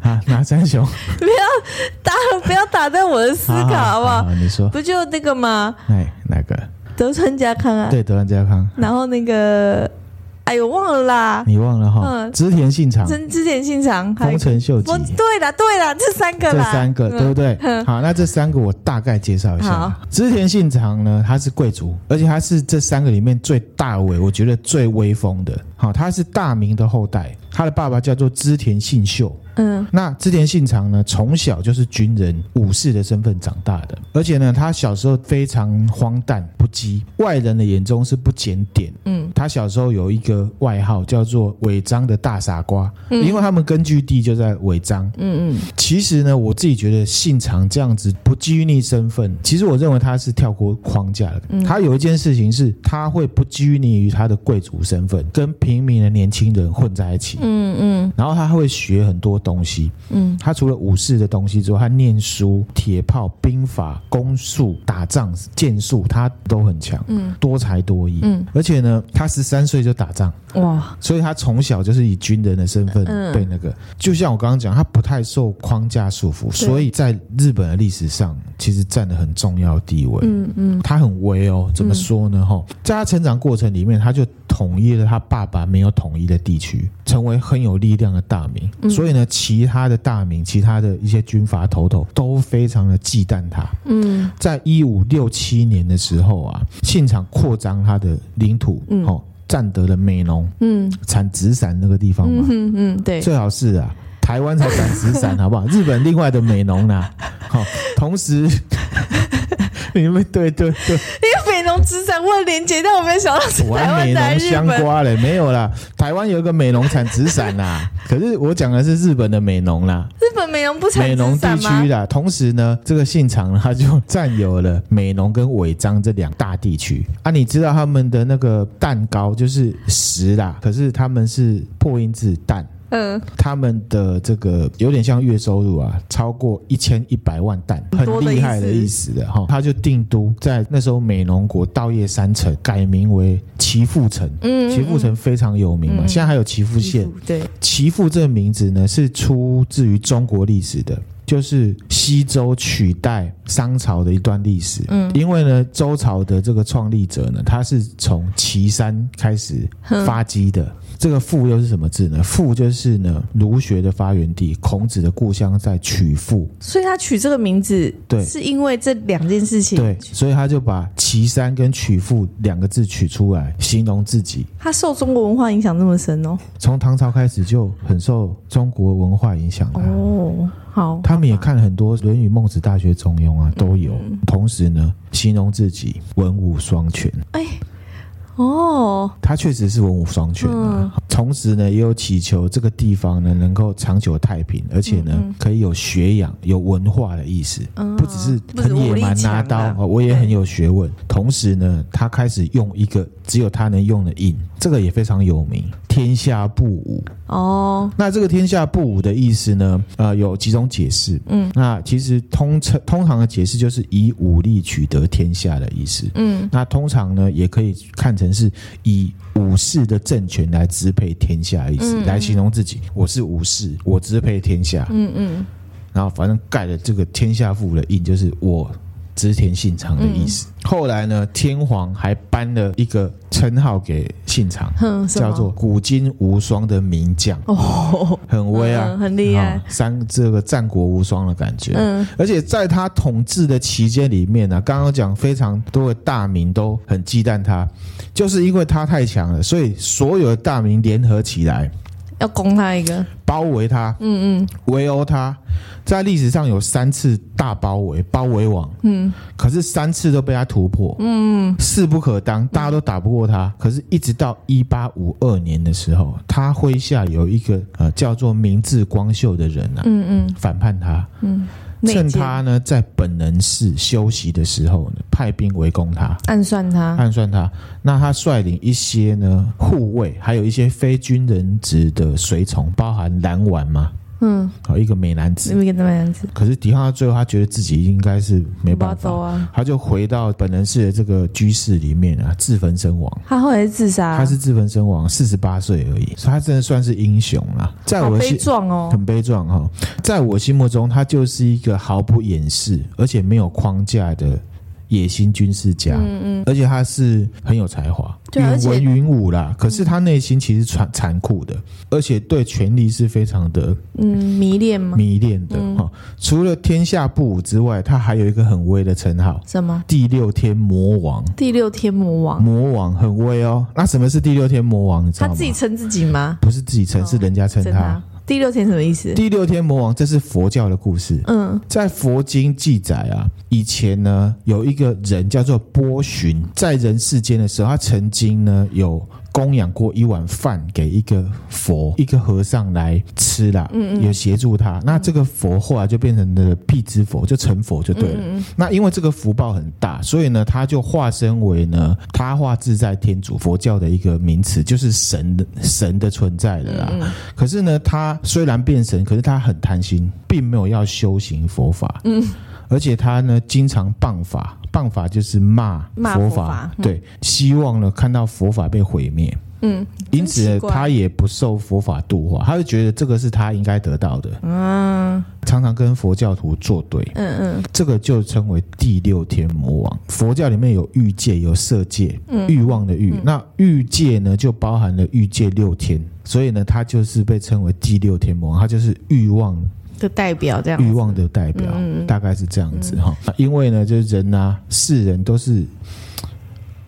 啊，哪三雄？
打不要打断我的思考好不好？
啊你说，
不就那个吗？
哎，哪个？
德川家康啊，
对，德川家康，
然后那个，哎呦忘了啦，
你忘了哈？
嗯
织田信长、
真之前信长，还
丰
有
臣秀吉
我，对啦对啦，这三个
这
啦，嗯
三个，对不对？好，那这三个我大概介绍一下
好。
织田信长呢，他是贵族，而且他是这三个里面最大尾，我觉得最威风的。好，他是大名的后代，他的爸爸叫做织田信秀。
嗯
那织田信长呢，从小就是军人武士的身份长大的，而且呢，他小时候非常荒诞不羁，外人的眼中是不检点。
嗯
他小时候有一个外号叫做“违章的大傻瓜”，因为他们根据地就在违章。
嗯嗯，
其实呢，我自己觉得信长这样子不拘泥身份，其实我认为他是跳过框架的。
嗯
他有一件事情是，他会不拘泥于他的贵族身份，跟平民的年轻人混在一起。
嗯嗯
然后他会学很多东西，
嗯，
他除了武士的东西之外，他念书、铁炮、兵法、弓术、打仗、剑术，他都很强，
嗯，
多才多艺，
嗯，
而且呢，他十三岁就打仗，
哇，
所以他从小就是以军人的身份
嗯
被那个，就像我刚刚讲，他不太受框架束缚，所以在日本的历史上其实占了很重要的地位，
嗯嗯
他很威哦，怎么说呢？哈、在他成长过程里面，他就统一了他爸爸没有统一的地区，成为很有力量的大名。
嗯
所以呢，其他的大名、其他的一些军阀头头都非常的忌惮他。
嗯
在一五六七年的时候啊，信长扩张他的领土，
嗯
哦，占得了美浓、
嗯
产紫伞那个地方嘛，
嗯嗯，对，
最好是啊。台湾才产紫伞，好不好？ 日本另外的美浓啦、好、同时 你们对对对，
因为美浓之战我连接，但我没有想到是
我
台
还
湾
美
在
容
日
香
本，
瓜嘞，没有啦。台湾有一个美容产紫伞 啦，可是我讲的是日本的美容啦，
日本美浓不产
美容
纸
地
伞吗
区？啦。同时呢，这个信长呢他就占有了美容跟尾张这两大地区啊。你知道他们的那个蛋糕就是石啦，可是他们是破音字蛋。
嗯，
他们的这个有点像月收入啊，超过一千一百万担，很
多的
厉害的
意
意思的哈。他就定都在那时候美浓国稻叶山城改名为岐阜城，
嗯嗯
岐阜城非常有名嘛，
嗯
现在还有岐阜县。
对，
岐阜这个名字呢，是出自于中国历史的。就是西周取代商朝的一段历史，
嗯
因为呢，周朝的这个创立者呢，他是从岐山开始发迹的。这个阜又是什么字呢？阜就是呢儒学的发源地，孔子的故乡在曲阜，
所以他取这个名字，
对
是因为这两件事情，
对，所以他就把岐山跟曲阜两个字取出来，形容自己。
他受中国文化影响那么深哦。
从唐朝开始就很受中国文化影响的啊、
哦，好，
他们也看很多《论语》《孟子》《大学》《中庸》啊，都有。
嗯
同时呢，形容自己文武双全，
哎，哦，
他确实是文武双全啊。
嗯
同时呢，也有祈求这个地方呢能够长久太平，而且呢、可以有学养、有文化的意思，
嗯
不只是
不止
很
武
野
力
蛮拿
强
刀
啦
哦，我也很有学问。同时呢，他开始用一个只有他能用的印，这个也非常有名，天下不武。
哦，
那这个天下不武的意思呢，呃，有几种解释。
嗯，
那其实通称通常的解释就是以武力取得天下的意思。
嗯
那通常呢，也可以看成是以武士的政权来支配天下的意思，
嗯
来形容自己，我是武士，我支配天下。
嗯嗯，
然后反正盖了这个天下父的印，就是我织田信长的意
嗯
思。后来呢，天皇还颁了一个称号给信长，
哼， 嗯什么
叫做古今无双的名将。
哦，
很威啊，
嗯很厉害
啊三这个战国无双的感觉。
嗯
而且在他统治的期间里面呢、刚刚讲非常多的大名都很忌惮他，就是因为他太强了，所以所有的大名联合起来
要攻他一个，
包围他，嗯嗯，围殴他，在历史上有三次大包围，包围网，嗯，可是三次都被他突破，嗯，势不可当，大家都打不过他。可是，一直到一八五二年的时候，他麾下有一个呃叫做明治光秀的人啊，嗯嗯，反叛他，
内
趁
奸
他呢在本能寺休息的时候呢，派兵围攻他。
暗算他，
暗算他，那他率领一些呢护卫，还有一些非军人职的随从，包含蓝丸嘛，
嗯，
好一个美男
你
子。
们怎么样子？
可是抵抗到最后，他觉得自己应该是没
不要
办
走
法，
啊！
他就回到本能寺的这个居室里面啊，自焚身亡。
他后来是自杀，
他是自焚身亡，四十八岁而已，所以他真的算是英雄啦。在
好
我的
悲
心
壮哦，
很悲壮哈、在我心目中，他就是一个毫不掩饰，而且没有框架的野心军事家。嗯嗯，而且他是很有才华，
对而
云
且
文云武啦。可是他内心其实残残酷的，而且对权力是非常的
嗯，迷恋吗？嗯
迷恋的哈、除了天下不武之外，他还有一个很威的称号
什么
——第六天魔王。
第六天魔王？
魔王很威哦。那什么是第六天魔王？你知道
他
吗？
自己称自己吗？
不是自己称，是人家称
真的啊
他。？
第六天什么意思？
第六天魔王，这是佛教的故事。
嗯，
在佛经记载啊，以前呢有一个人叫做波旬，在人世间的时候，他曾经呢有供养过一碗饭给一个佛、一个和尚来吃啦，嗯嗯，有协助他。那这个佛后来就变成了辟支佛，就成佛就对了。那因为这个福报很大，所以呢，他就化身为呢他化自在天主佛教的一个名词，就是神的神的存在了
嗯
啦。可是呢，他虽然变神，可是他很贪心，并没有要修行佛法。嗯，而且他呢，经常谤法，谤法就是骂
骂
佛
佛法嗯
对，希望呢看到佛法被毁灭。
嗯，
因此
真奇
呢
怪
他也不受佛法度化，他就觉得这个是他应该得到的。嗯，常常跟佛教徒作对。
嗯嗯，
这个就称为第六天魔王。佛教里面有欲界，有色界，欲望的欲。那欲界呢，就包含了欲界六天，所以呢，它就是被称为第六天魔王，它就是欲望
的代表这样。嗯
欲望的代表，大概是这样子哈、因为呢，就是人啊，世人都是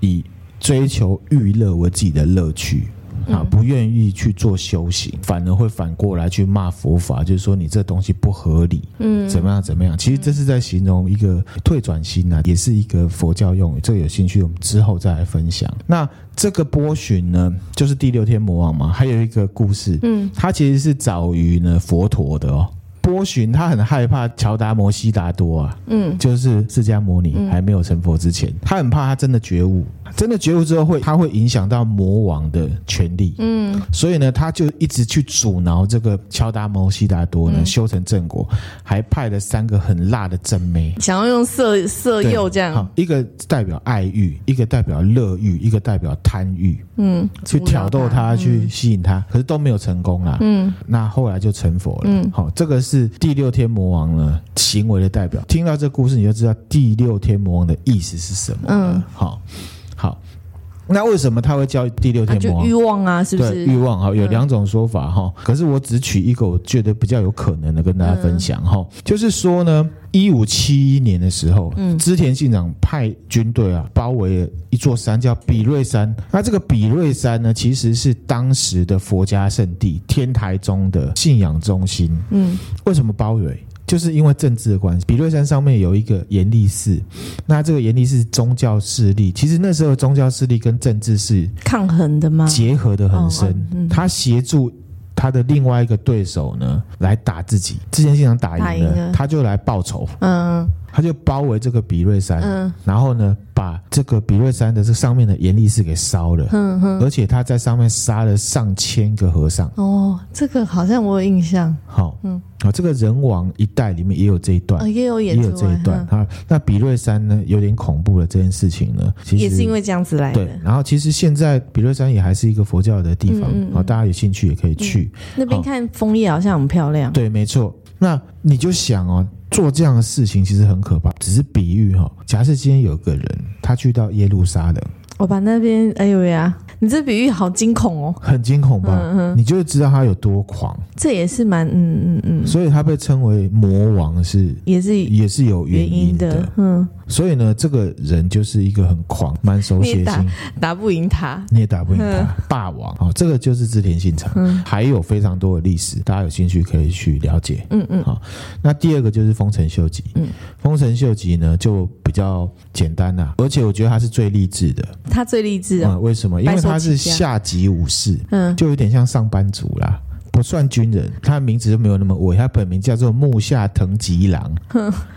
以追求娱乐为自己的乐趣。
嗯
啊，不愿意去做修行，反而会反过来去骂佛法，就是说你这东西不合理，嗯，怎么样怎么样？其实这是在形容一个退转心啊，也是一个佛教用语。这个有兴趣，我们之后再来分享。那这个波旬呢，就是第六天魔王嘛，还有一个故事，嗯，它其实是早于呢佛陀的哦。波旬他很害怕乔达摩悉达多啊，嗯，就是释迦牟尼还没有成佛之前，他很怕他真的觉悟，真的觉悟之后会，他会影响到魔王的权力，嗯，所以呢，他就一直去阻挠这个乔达摩悉达多呢、修成正果，还派了三个很辣的正妹，
想要用色色
对
诱这样
好，一个代表爱欲，一个代表乐欲，一个代表贪欲，嗯，去挑逗
阻挠他
他，去吸引他，可是都没有成功啦，嗯，那后来就成佛了，嗯，好，这个是第六天魔王呢行为的代表。听到这故事，你就知道第六天魔王的意思是什么，嗯，好，好，那为什么他会叫第六
啊，
天
就
魔王
欲？望啊，是不嗯
对欲
是？
望哈，有两种说法哈、可是我只取一个我觉得比较有可能的跟大家分享
嗯
哈、就是说呢，一五七一年的时候，
嗯
织田信长派军队啊包围了一座山叫比瑞山，那这个比瑞山呢，其实是当时的佛家圣地天台宗的信仰中心。
嗯，
为什么包围？就是因为政治的关系，比瑞山上面有一个严立寺，那这个严立寺宗教势力，其实那时候宗教势力跟政治是
抗衡的吗？
结合的很
嗯哦
深
哦，嗯
他协助他的另外一个对手呢来打自己，之前现场打
打
赢
赢
了，
了
他就来报仇，
嗯
他就包围这个比瑞山，
嗯
然后呢把这个比瑞山的这上面的严力士给烧了，
嗯哼，
而且他在上面杀了上千个和尚。
哦，这个好像我有印象，
好，嗯，好，这个人王一代里面也有这一段
呃，。也有
也
演
有
出
这
来
一段
嗯
啊，那比瑞山呢有点恐怖了。这件事情呢，其实
也是因为这样子来
对
的。，
然后其实现在比瑞山也还是一个佛教的地方，
嗯
好、大家有兴趣也可以去。
那边看枫叶好像很漂亮，
对，没错。那你就想哦，做这样的事情其实很可怕。只是比喻哈、哦，假设今天有个人他去到耶路撒冷，
我把那边哎呦呀，你这比喻好惊恐哦，
很惊恐吧？你就会知道他有多狂，
这也是蛮嗯嗯嗯，
所以他被称为魔王是
也是
也是有
原
原因的。
的，嗯，
所以呢，这个人就是一个很狂、蛮手写
你也打
心，
打不赢他，
你也打不赢
嗯
他，霸王哦，这个就是织田信长，还有非常多的历史，大家有兴趣可以去了解。
嗯嗯，
好，那第二个就是丰臣秀吉。
嗯，
丰臣秀吉呢就比较简单啦、而且我觉得他是最励志的。
他最励志哦，
嗯，为什么？因为他是
白手起家
下级武士，
嗯
就有点像上班族啦。不算军人，他的名字就没有那么伟，他本名叫做木下藤吉郎，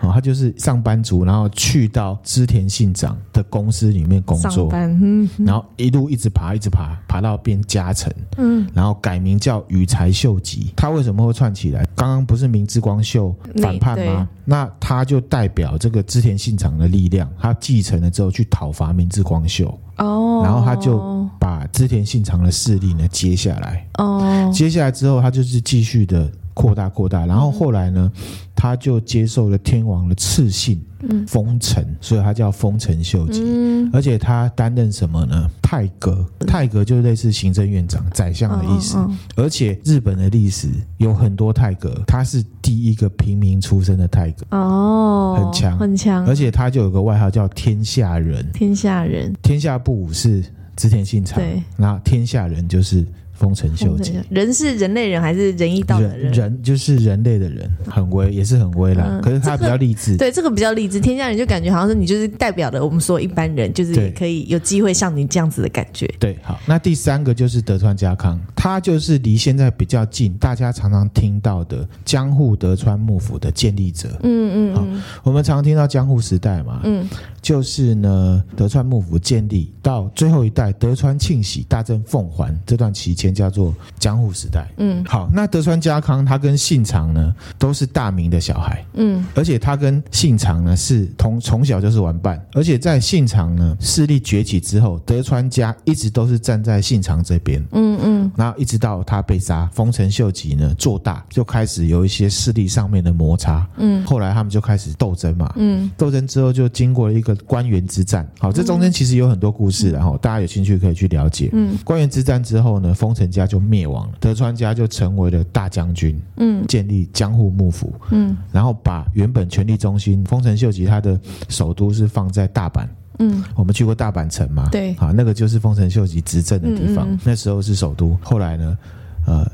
哦，他就是上班族，然后去到织田信长的公司里面工
上
作，
班，嗯
然后一路一直爬，一直爬，爬到变加成，
嗯，
然后改名叫羽柴秀吉。他为什么会串起来？刚刚不是明之光秀
那
反叛吗？那他就代表这个织田信长的力量，他继承了之后去讨伐明之光秀，
哦，
然后他就把织田信长的势力呢接下来。
哦，
接下来之后，他就是继续的扩大扩大，然后后来呢，
嗯
他就接受了天王的赐姓，丰臣，所以他叫丰臣秀吉。
嗯，
而且他担任什么呢？泰阁，泰阁就是类似行政院长、宰相的意思。
嗯嗯
而且日本的历史有很多泰阁，他是第一个平民出身的泰阁，
哦，
很强
很强
而，且他就有个外号叫天下人，
天下人，
天下不武是织田信长
对，
那天下人就是丰臣秀吉。
人是人类人还是仁义道德
人
人？
人就是人类的人，很威，也是很威啦。
嗯
可是他比较励志，
对，这个比较励志。天下人就感觉好像是你就是代表了我们所有一般人，就是
对
也可以有机会像你这样子的感觉。
对，好，那第三个就是德川家康，他就是离现在比较近，大家常常听到的江户德川幕府的建立者。
嗯嗯嗯，
我们常听到江户时代嘛，
嗯，
就是呢德川幕府建立到最后一代德川庆喜大政奉还这段期间叫做江户时代。
嗯
好，那德川家康他跟信长呢都是大名的小孩，
嗯，
而且他跟信长呢是同从小就是玩伴，而且在信长呢势力崛起之后，德川家一直都是站在信长这边，
嗯嗯，
然后一直到他被杀，丰臣秀吉呢做大，就开始有一些势力上面的摩擦，
嗯，
后来他们就开始斗争嘛，
嗯，
斗争之后就经过了一个官员之战，好，这中间其实有很多故事，然后大家有兴趣可以去了解，
嗯，
官员之战之后呢，丰臣家就灭亡了，德川家就成为了大将军，
嗯，
建立江户幕府，
嗯，
然后把原本权力中心丰臣秀吉他的首都是放在大阪，
嗯，
我们去过大阪城嘛，
对嗯
啊，那个就是丰臣秀吉执政的地方，那时候是首都。后来呢，呃，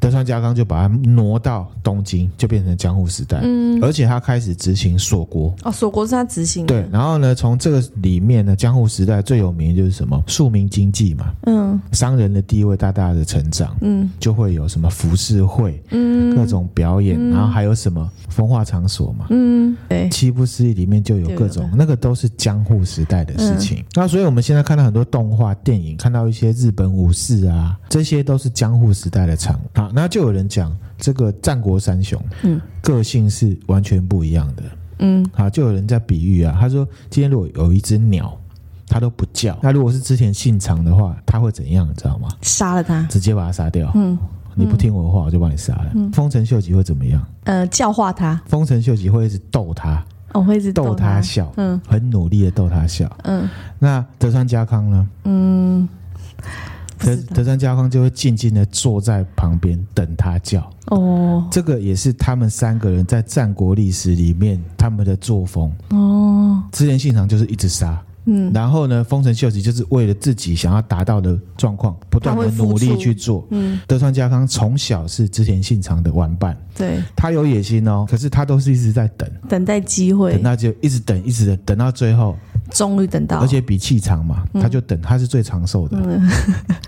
德川家康就把它挪到东京，就变成江户时代，嗯，而且他开始执行锁国。
哦，锁国是他执行的，
对，然后呢，从这个里面呢，江户时代最有名的就是什么庶民经济嘛，
嗯
商人的地位大大的成长，
嗯
就会有什么服饰会、
嗯
各种表演，然后还有什么风化场所嘛，
嗯，对，
七不思议里面就有各
就有
种，
嗯
那个都是江户时代的事情。那所以我们现在看到很多动画电影，看到一些日本武士啊，这些都是江户时代的产物。好，那就有人讲这个战国三雄，
嗯，
个性是完全不一样的。
嗯
好，啊就有人在比喻啊，他说今天如果有一只鸟，它都不叫，那如果是之前信长的话，它会怎样？你知道吗？
杀了他，
直接把它杀掉。
嗯
你不听我的话，我就把你杀了。丰臣秀吉会怎么样？
呃，教化他，
丰臣秀吉会一直逗他，
我哦会一直
逗他
他，
笑，
嗯
很努力的逗他笑。
嗯
那德川家康呢？
嗯，
德
不知道
德川家康就会静静的坐在旁边等他叫。
哦
这个也是他们三个人在战国历史里面他们的作风。
哦，
织田信长就是一直杀，
嗯
然后呢，丰臣秀吉就是为了自己想要达到的状况，不断
他
的
会付
努力
出
去做。
嗯，
德川家康从小是织田信长的玩伴，
对，
他有野心哦，可是他都是一直在等，
等待机会
等，到就一直等，一直等，等到最后，
终于等到，
而且比气长嘛，他就等，他是最长寿的。
哦 嗯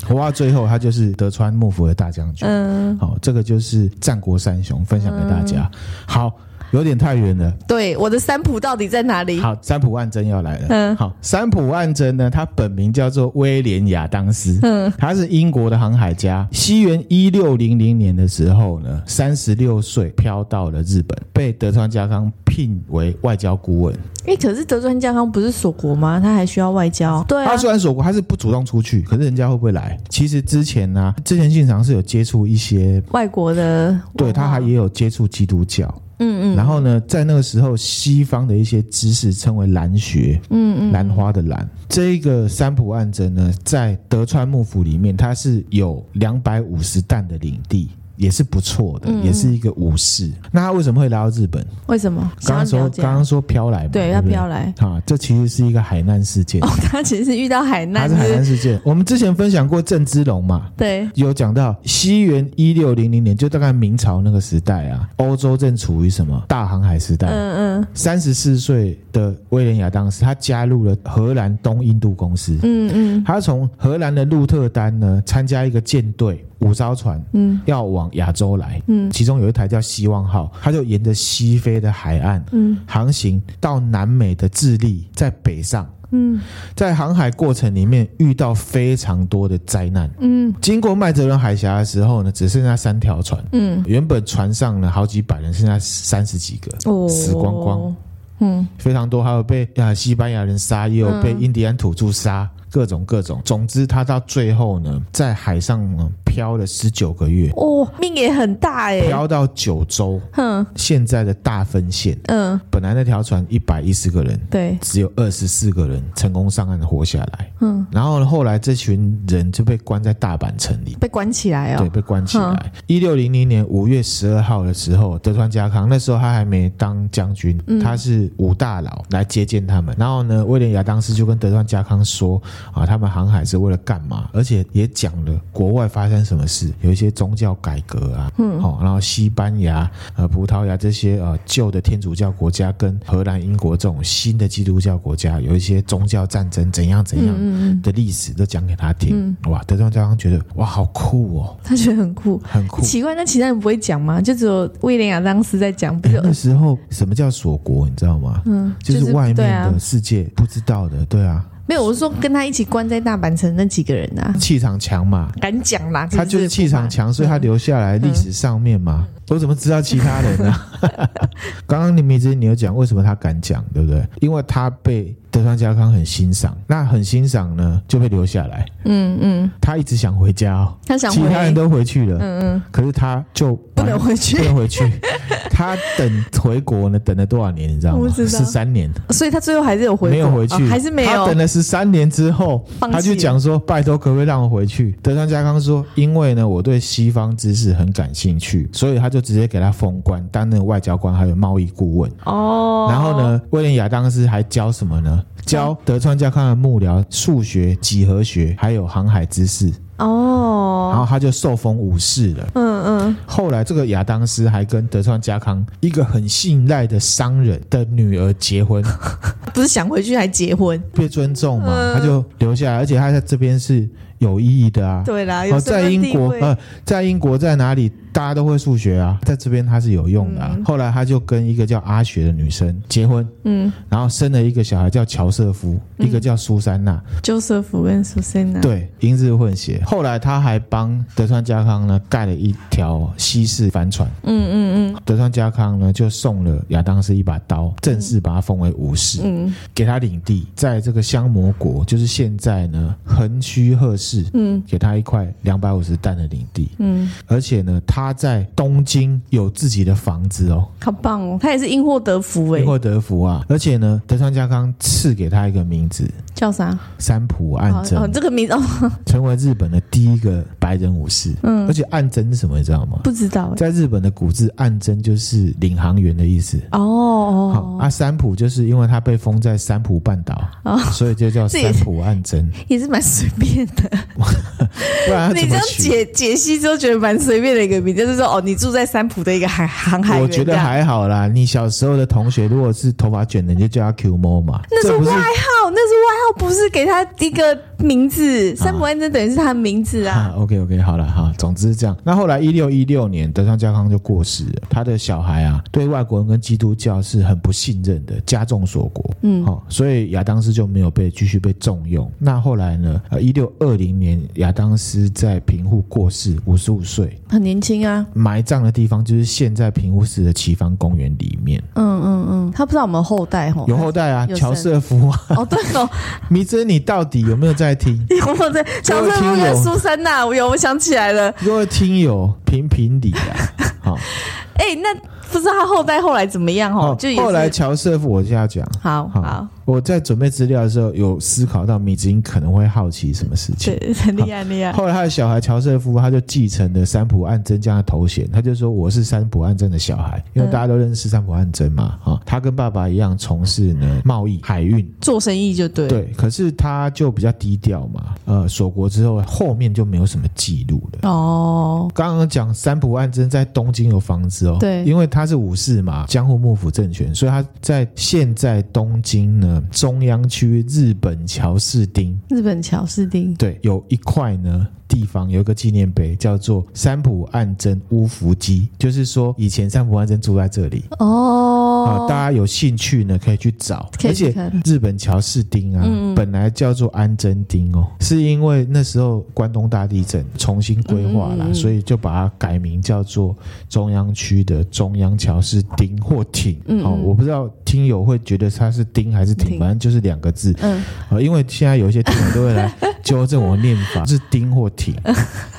活到最后，他就是德川幕府的大将军。
嗯，
好，这个就是战国三雄，分享给大家。好，有点太远了。
对，我的三浦到底在哪里？
好，三浦万真要来了。
嗯
好，三浦万真呢，他本名叫做威廉亚当斯，
嗯，
他是英国的航海家。西元一六零零年的时候呢，三十六岁飘到了日本，被德川家康聘为外交顾问。
哎、可是德川家康不是锁国吗？他还需要外交。对啊
他，虽然锁国，他是不主动出去，可是人家会不会来？其实之前呢、之前信长是有接触一些
外国的文化
对他还也有接触基督教，
哦嗯嗯，
然后呢，在那个时候，西方的一些知识称为兰学，
嗯嗯，
兰花的兰。这一个三浦岸真呢，在德川幕府里面，它是有两百五十担的领地，也是不错
嗯
的，也是一个武士。那他为什么会来到日本？
为什么？
刚刚
想
说
要了解
刚刚说飘来嘛，
对
不
要飘来
啊，这其实是一个海难事件，
哦，他其实是遇到海
它
难，
是海
是不
难
是
事件。我们之前分享过郑芝龙嘛，
对，
有讲到西元一六零零年，就大概明朝那个时代啊，欧洲正处于什么大航海时代。
嗯嗯
三十四岁的威廉亚当斯，他加入了荷兰东印度公司。
嗯嗯
他从荷兰的鹿特丹呢，参加一个舰队五艘船，
嗯
要往亚洲来。
嗯
其中有一台叫希望号，他就沿着西非的海岸
嗯
航行到南美的智利，在北上。
嗯
在航海过程里面遇到非常多的灾难。
嗯
经过麦哲伦海峡的时候呢，只剩下三条船。
嗯，
原本船上呢好几百人，剩下三十几个，
哦，
死光光，
嗯
非常多。还有被啊西班牙人杀，也有被印第安土著杀，各种各种。总之，他到最后呢，在海上呢漂了十九个月，
哦，命也很大哎，
漂到九州，
哼
现在的大分县。
嗯，
本来那条船一百一十个人，
对，
只有二十四个人成功上岸活下来。
嗯，
然后呢，后来这群人就被关在大阪城里。
被关起来
对，
哦，
被关起来。一六零零年五月十二号的时候，德川家康那时候他还没当将军，
嗯
他是五大佬来接见他们。然后呢，威廉亚当斯就跟德川家康说啊，他们航海是为了干嘛？而且也讲了国外发生什么事，有一些宗教改革啊，嗯，好、然后西班牙、呃葡萄牙这些呃旧的天主教国家跟荷兰、英国这种新的基督教国家有一些宗教战争怎样怎样。
嗯嗯嗯，嗯
的历史都讲给他听，哇！德川家康觉得哇，好酷哦，
他觉得很酷。
很酷。
奇怪，那其他人不会讲吗？就只有威廉亚当斯在讲，不
诶
是？
哎那时候什么叫锁国，你知道吗？
嗯，
就是外面
对啊
的，世界不知道的，对啊，
没有，我是说跟他一起关在大阪城那几个人啊，
气场强嘛，
敢讲啦，
他就是气场强，所以他留下
嗯
来历史上面嘛。我怎么知道其他人 呢、啊？刚刚你明知你有讲为什么他敢讲，对不对？因为他被德川家康很欣赏，那很欣赏呢就被留下来。
嗯嗯，
他一直想回家哦，
他想
其他人
回，
都回去了，
嗯
可是他就
不能回去
不能回去。他等回国呢，等了多少年？你知道吗？
我知道
十三年。
嗯，所以他最后还是有回国，
没有回去，
哦还是没
他
有
等，了十三年之后，
放弃
他就讲说：“拜托，可不可以让我回去？”德川家康说：“因为呢，我对西方知识很感兴趣，所以他就直接给他封官，担任外交官，还有贸易顾问。
哦，嗯
然后？呢，威廉亚当斯还教什么呢？教德川家康的幕僚数学、几何学，还有航海知识。然
哦，
后他就受封武士了。
嗯嗯，
后来，这个亚当斯还跟德川家康一个很信赖的商人的女儿结婚。”
不是想回去还结婚？
被尊重嘛，
嗯
他就留下来，而且他在这边是有意义的啊。
对啦，
哦，
有身
在
份
英国
地位
呃，在英国在哪里大家都会数学啊，在这边他是有用的啊、后来他就跟一个叫阿雪的女生结婚，
嗯，
然后生了一个小孩叫乔瑟夫，一个叫苏珊娜，
嗯 Joseph 跟 Susanna，，
对，英日混血。后来他还帮德川家康呢盖了一条西式帆船，
嗯嗯
德川家康呢就送了亚当斯一把刀，正式把他封为武士。
嗯
给他领地，在这个香魔国，就是现在呢横须贺市，
嗯
给他一块两百五十担的领地，
嗯，
而且呢，他在东京有自己的房子哦，
好棒哦，他也是因祸得福哎
因，祸得福啊！而且呢，德川家康赐给他一个名字
叫啥？
三浦
哦
岸真，
哦，这个名字哦，
成为日本的第一个白人武士。
嗯
而，且岸真是什么，你知道吗？
不知道哎，
在日本的古字，岸真就是领航员的意思。
哦
好、
哦，
啊，三浦就是因为他被封在三浦半岛，
哦
所以就叫
这也
三
是
浦岸真，
也是蛮随便的。
不然他啊
你
怎
这
么
样
取？
解解析之后，觉得蛮随便的一个名，就是说哦，你住在三浦的一个海航海
我
员这
觉
样，
得还好啦，你小时候的同学如果是头发卷的，你就叫他 Q 猫嘛。
那是
这不
外
是
号，那是外号，不是给他一个名字。三浦安真等于是他的名字啊。
啊，OK OK，好了哈，总之是这样。那后来一六一六年，德川家康就过世了，他的小孩啊，对外国人跟基督教是很不信任的，家众锁国，嗯，好、所以亚当斯就没有被继续被重用。那后来呢？呃，一六二零年，亚当斯在平户过世，五十五岁，
很年轻啊，
埋葬的地方就是现在平户市的岐方公园里面，
嗯嗯嗯，他不知道我们后代吼，
有后代啊，
哦有
乔
神
瑟夫啊，
哦对哦，
迷之你到底有没有在听？
有我在小时候跟苏珊娜，我有我想起来了，
各位听友评评理啊！好、
哎、那不不知道他后代后来怎么样哦，就也是
后来乔瑟夫，我就要讲。
好好，
我在准备资料的时候有思考到米子英可能会好奇什么事情。
对，很厉害很厉害。
后来他的小孩乔瑟夫，他就继承了三浦岸真家的头衔，他就说我是三浦岸真的小孩，因为大家都认识三浦岸真嘛，
嗯
哈、他跟爸爸一样从事呢贸易、海运，
做生意就对，
对，可是他就比较低调嘛，呃，锁国之后后面就没有什么记录了。
哦，
刚刚讲三浦岸真在东京有房子哦，
对
因为他是武士嘛，江户幕府政权，所以他在现在东京呢中央区日本桥市町，
日本乔士丁，
对，有一块呢地方有一个纪念碑，叫做三浦岸真屋伏基，就是说以前三浦岸真住在这里。啊、
哦
大，家有兴趣呢，可以去找。
可以
而
去
且
看
日本桥市町啊，
嗯
本来叫做安贞町哦，是因为那时候关东大地震重新规划啦，
嗯嗯嗯
所以就把它改名叫做中央区的中央桥市町或町。
嗯嗯
哦，我不知道听友会觉得它是町还是町，
町
反正就是两个字。
嗯，
啊，因为现在有一些听友都会来纠正我念法，是丁或挺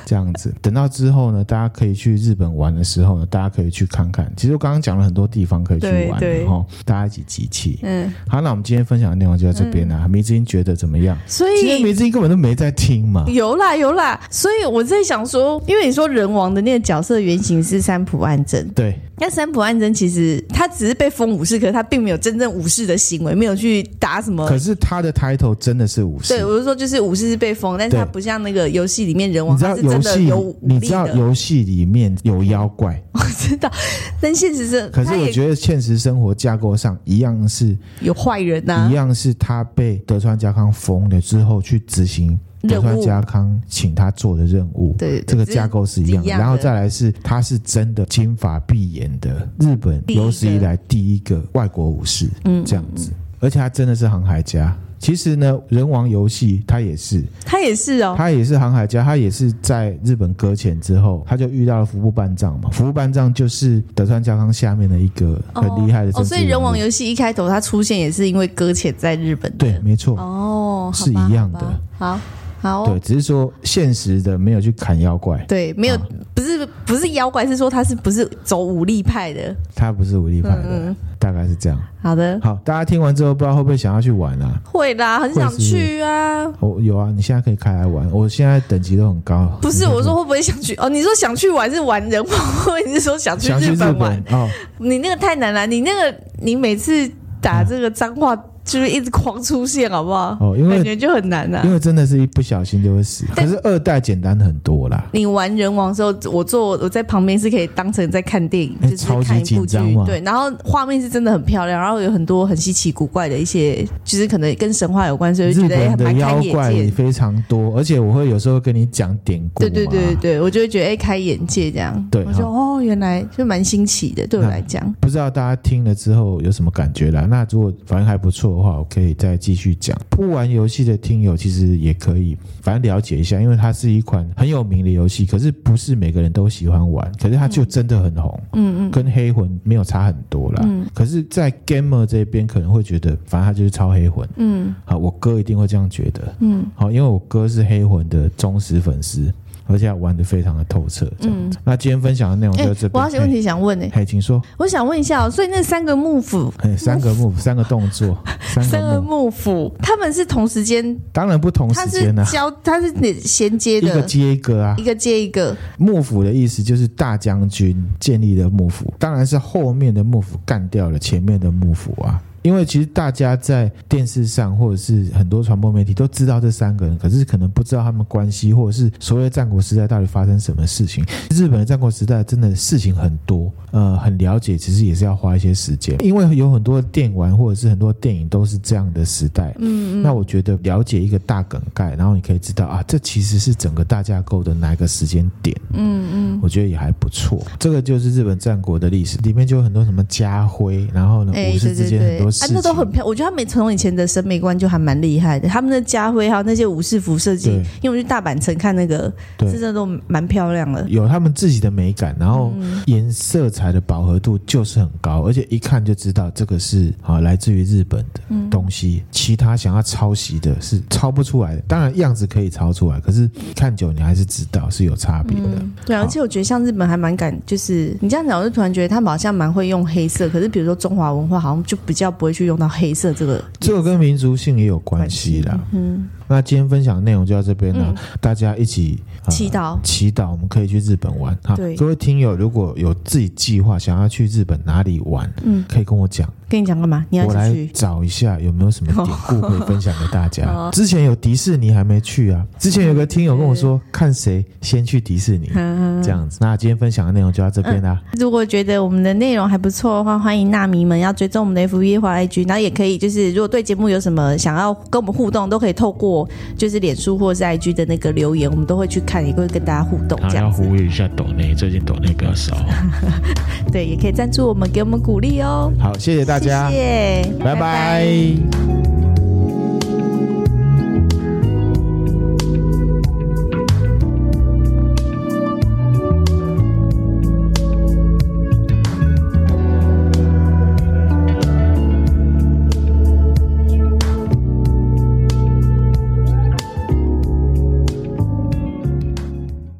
这样子。等到之后呢，大家可以去日本玩的时候呢，大家可以去看看。其实我刚刚讲了很多地方可以去
对
玩，
对
然后大家一起集气。
嗯，
好，那我们今天分享的内容就到这边了。迷之音觉得怎么样？
所
今天
以
迷之音根本都没在听嘛。
有啦有啦，所以我在想说，因为你说人王的那个角色原型是三浦岸真，
对
那三浦岸真其实他只是被封武士，可是他并没有真正武士的行为，没有去打什么
可。是他的 title 真的是武士
嗯对，。我是说，就是武士是被封，但是
对
他不像那个游戏里面人
你
王，
知
他
道
是
游
真的
戏
有武，
你
力
知道
的。
游戏里面有妖怪，
我知道，但现实是，
可是
他
我
也
觉得现实生活架构上一样是
有坏人啊呐、
一样是他被德川家康封了之后去执行德川家康请他做的任务。
对，
这个架构是一样
一
的，
样的
然后再来是他是真的金发碧眼的日本
第一个
有史以来第一个外国武士，
嗯
这样子，而且他真的是航海家。其实呢，人王游戏他也是，
他也是哦，
他也是航海家，他也是在日本搁浅之后，他就遇到了服部半藏嘛。服部半藏就是德川家康下面的一个很厉害的
哦
政
哦，
治
所
人物、
以人王游戏一开头他出现也是因为搁浅在日本的
对，没错。
哦，好
是
吧
一样的，
好吧好好
对，
哦。
只是说现实的没有去砍妖怪，
对，没有，
啊
不是不是妖怪，是说他是不是走武力派的？
他不是武力派的，
嗯，
大概是这样。
好的，
好，大家听完之后，不知道会不会想要去玩啊？
会啦，很想
会是
去啊。
哦，有啊，你现在可以开来玩。我现在等级都很高，
不是，我说会不会想去？哦，你说想去玩是玩人王，或者是说想去
想去
日
日
本玩
本？哦，
你那个太难了，你那个你每次打这个脏话就是一直狂出现，好不好？
哦因为
感觉就很难啊
因。为真的是一不小心就会死。可
但
是二代简单很多啦，
你玩人王的时候，我坐我在旁边是可以当成在看电影，
哎
就是看一
超级紧
部剧
张嘛，
对，然后画面是真的很漂亮，然后有很多很稀奇古怪的一些，就是可能跟神话有关，所以
日
就觉得
本
哎，
的
蛮开
妖
眼
怪也
界。
非常多，而且我会有时候跟你讲典故嘛。
对对对对对，我就会觉得哎、开眼界这样。
对
我说哦，原来就蛮新奇的，对我来讲。
不知道大家听了之后有什么感觉啦？那如果反正还不错的话，我可以再继续讲。不玩游戏的听友其实也可以，反正了解一下，因为它是一款很有名的游戏，可是不是每个人都喜欢玩，可是它就真的很红，
嗯嗯，
跟黑魂没有差很多啦。
嗯
可是，在 gamer 这边可能会觉得，反正它就是超黑魂。
嗯
好，我哥一定会这样觉得。
嗯
好，因为我哥是黑魂的忠实粉丝，而且他玩的非常的透彻。这样
嗯
子，。那今天分享的内容
哎、
就到这
我
边。哎
还有些问题想问呢、哎
嘿，嘿，请说。
我想问一下、哦，所以那三个幕府，
嘿哎三个幕，三个动作， 三
三
个
个
幕，
幕府，他们是同时间，
当然不同
它
时
是
间啊，
交，它是衔接
一个
的，
接一个啊
一。个接一个。
幕府的意思就是大将军建立的幕府，当然是后面的幕府干掉了前面的幕府啊。因为其实大家在电视上或者是很多传播媒体都知道这三个人，可是可能不知道他们关系，或者是所谓的战国时代到底发生什么事情。日本的战国时代真的事情很多，呃，很了解，其实也是要花一些时间，因为有很多电玩或者是很多电影都是这样的时代。嗯嗯。那我觉得了解一个大梗概，然后你可以知道啊，这其实是整个大架构的哪一个时间点。
嗯
我觉得也还不错。这个就是日本战国的历史，里面就有很多什么家徽，然后呢，
哎
武士之间
对对
很
对
多事
啊，
情，
那都很漂我觉得他们从以前的审美观就还蛮厉害的。他们的家徽还有那些武士服设计
对，
因为我去大阪城看那个，
对
是真的都蛮漂亮的。
有他们自己的美感，然后
嗯
颜色彩的饱和度就是很高，而且一看就知道这个是啊来自于日本的
嗯
东西，其他想要抄袭的是抄不出来的。当然样子可以抄出来，可是看久你还是知道是有差别的。
对啊，
好
而且我觉得像日本还蛮敢，就是你这样讲，我就突然觉得他们好像蛮会用黑色，可是比如说中华文化好像就比较不会去用到黑色这个。
这个跟民族性也有关系啦。
嗯，
那今天分享的内容就到这边了，大家一起、呃
祈祷
祈祷我们可以去日本玩哈
对。
各位听友，如果有自己计划想要去日本哪里玩，
嗯
可以跟我讲。
跟你讲干嘛？你要
我来
去？
找一下有没有什么典故可以分享给大家。
哦
之前有迪士尼还没去啊，之前有个听友跟我说，看谁先去迪士尼。
嗯
这样子，那今天分享的内容就到这边啦。
如果觉得我们的内容还不错的话，欢迎纳迷们要追踪我们的 FB 或 IG，然后也可以就是如果对节目有什么想要跟我们互动，都可以透过就是脸书或是 IG 的那个留言，我们都会去看，也会跟大家互动
然后
这样
要
子。
呼吁一下抖内，最近抖内比较 少。
对，也可以赞助我们，给我们鼓励哦。
好，谢谢大家，
谢谢，
拜拜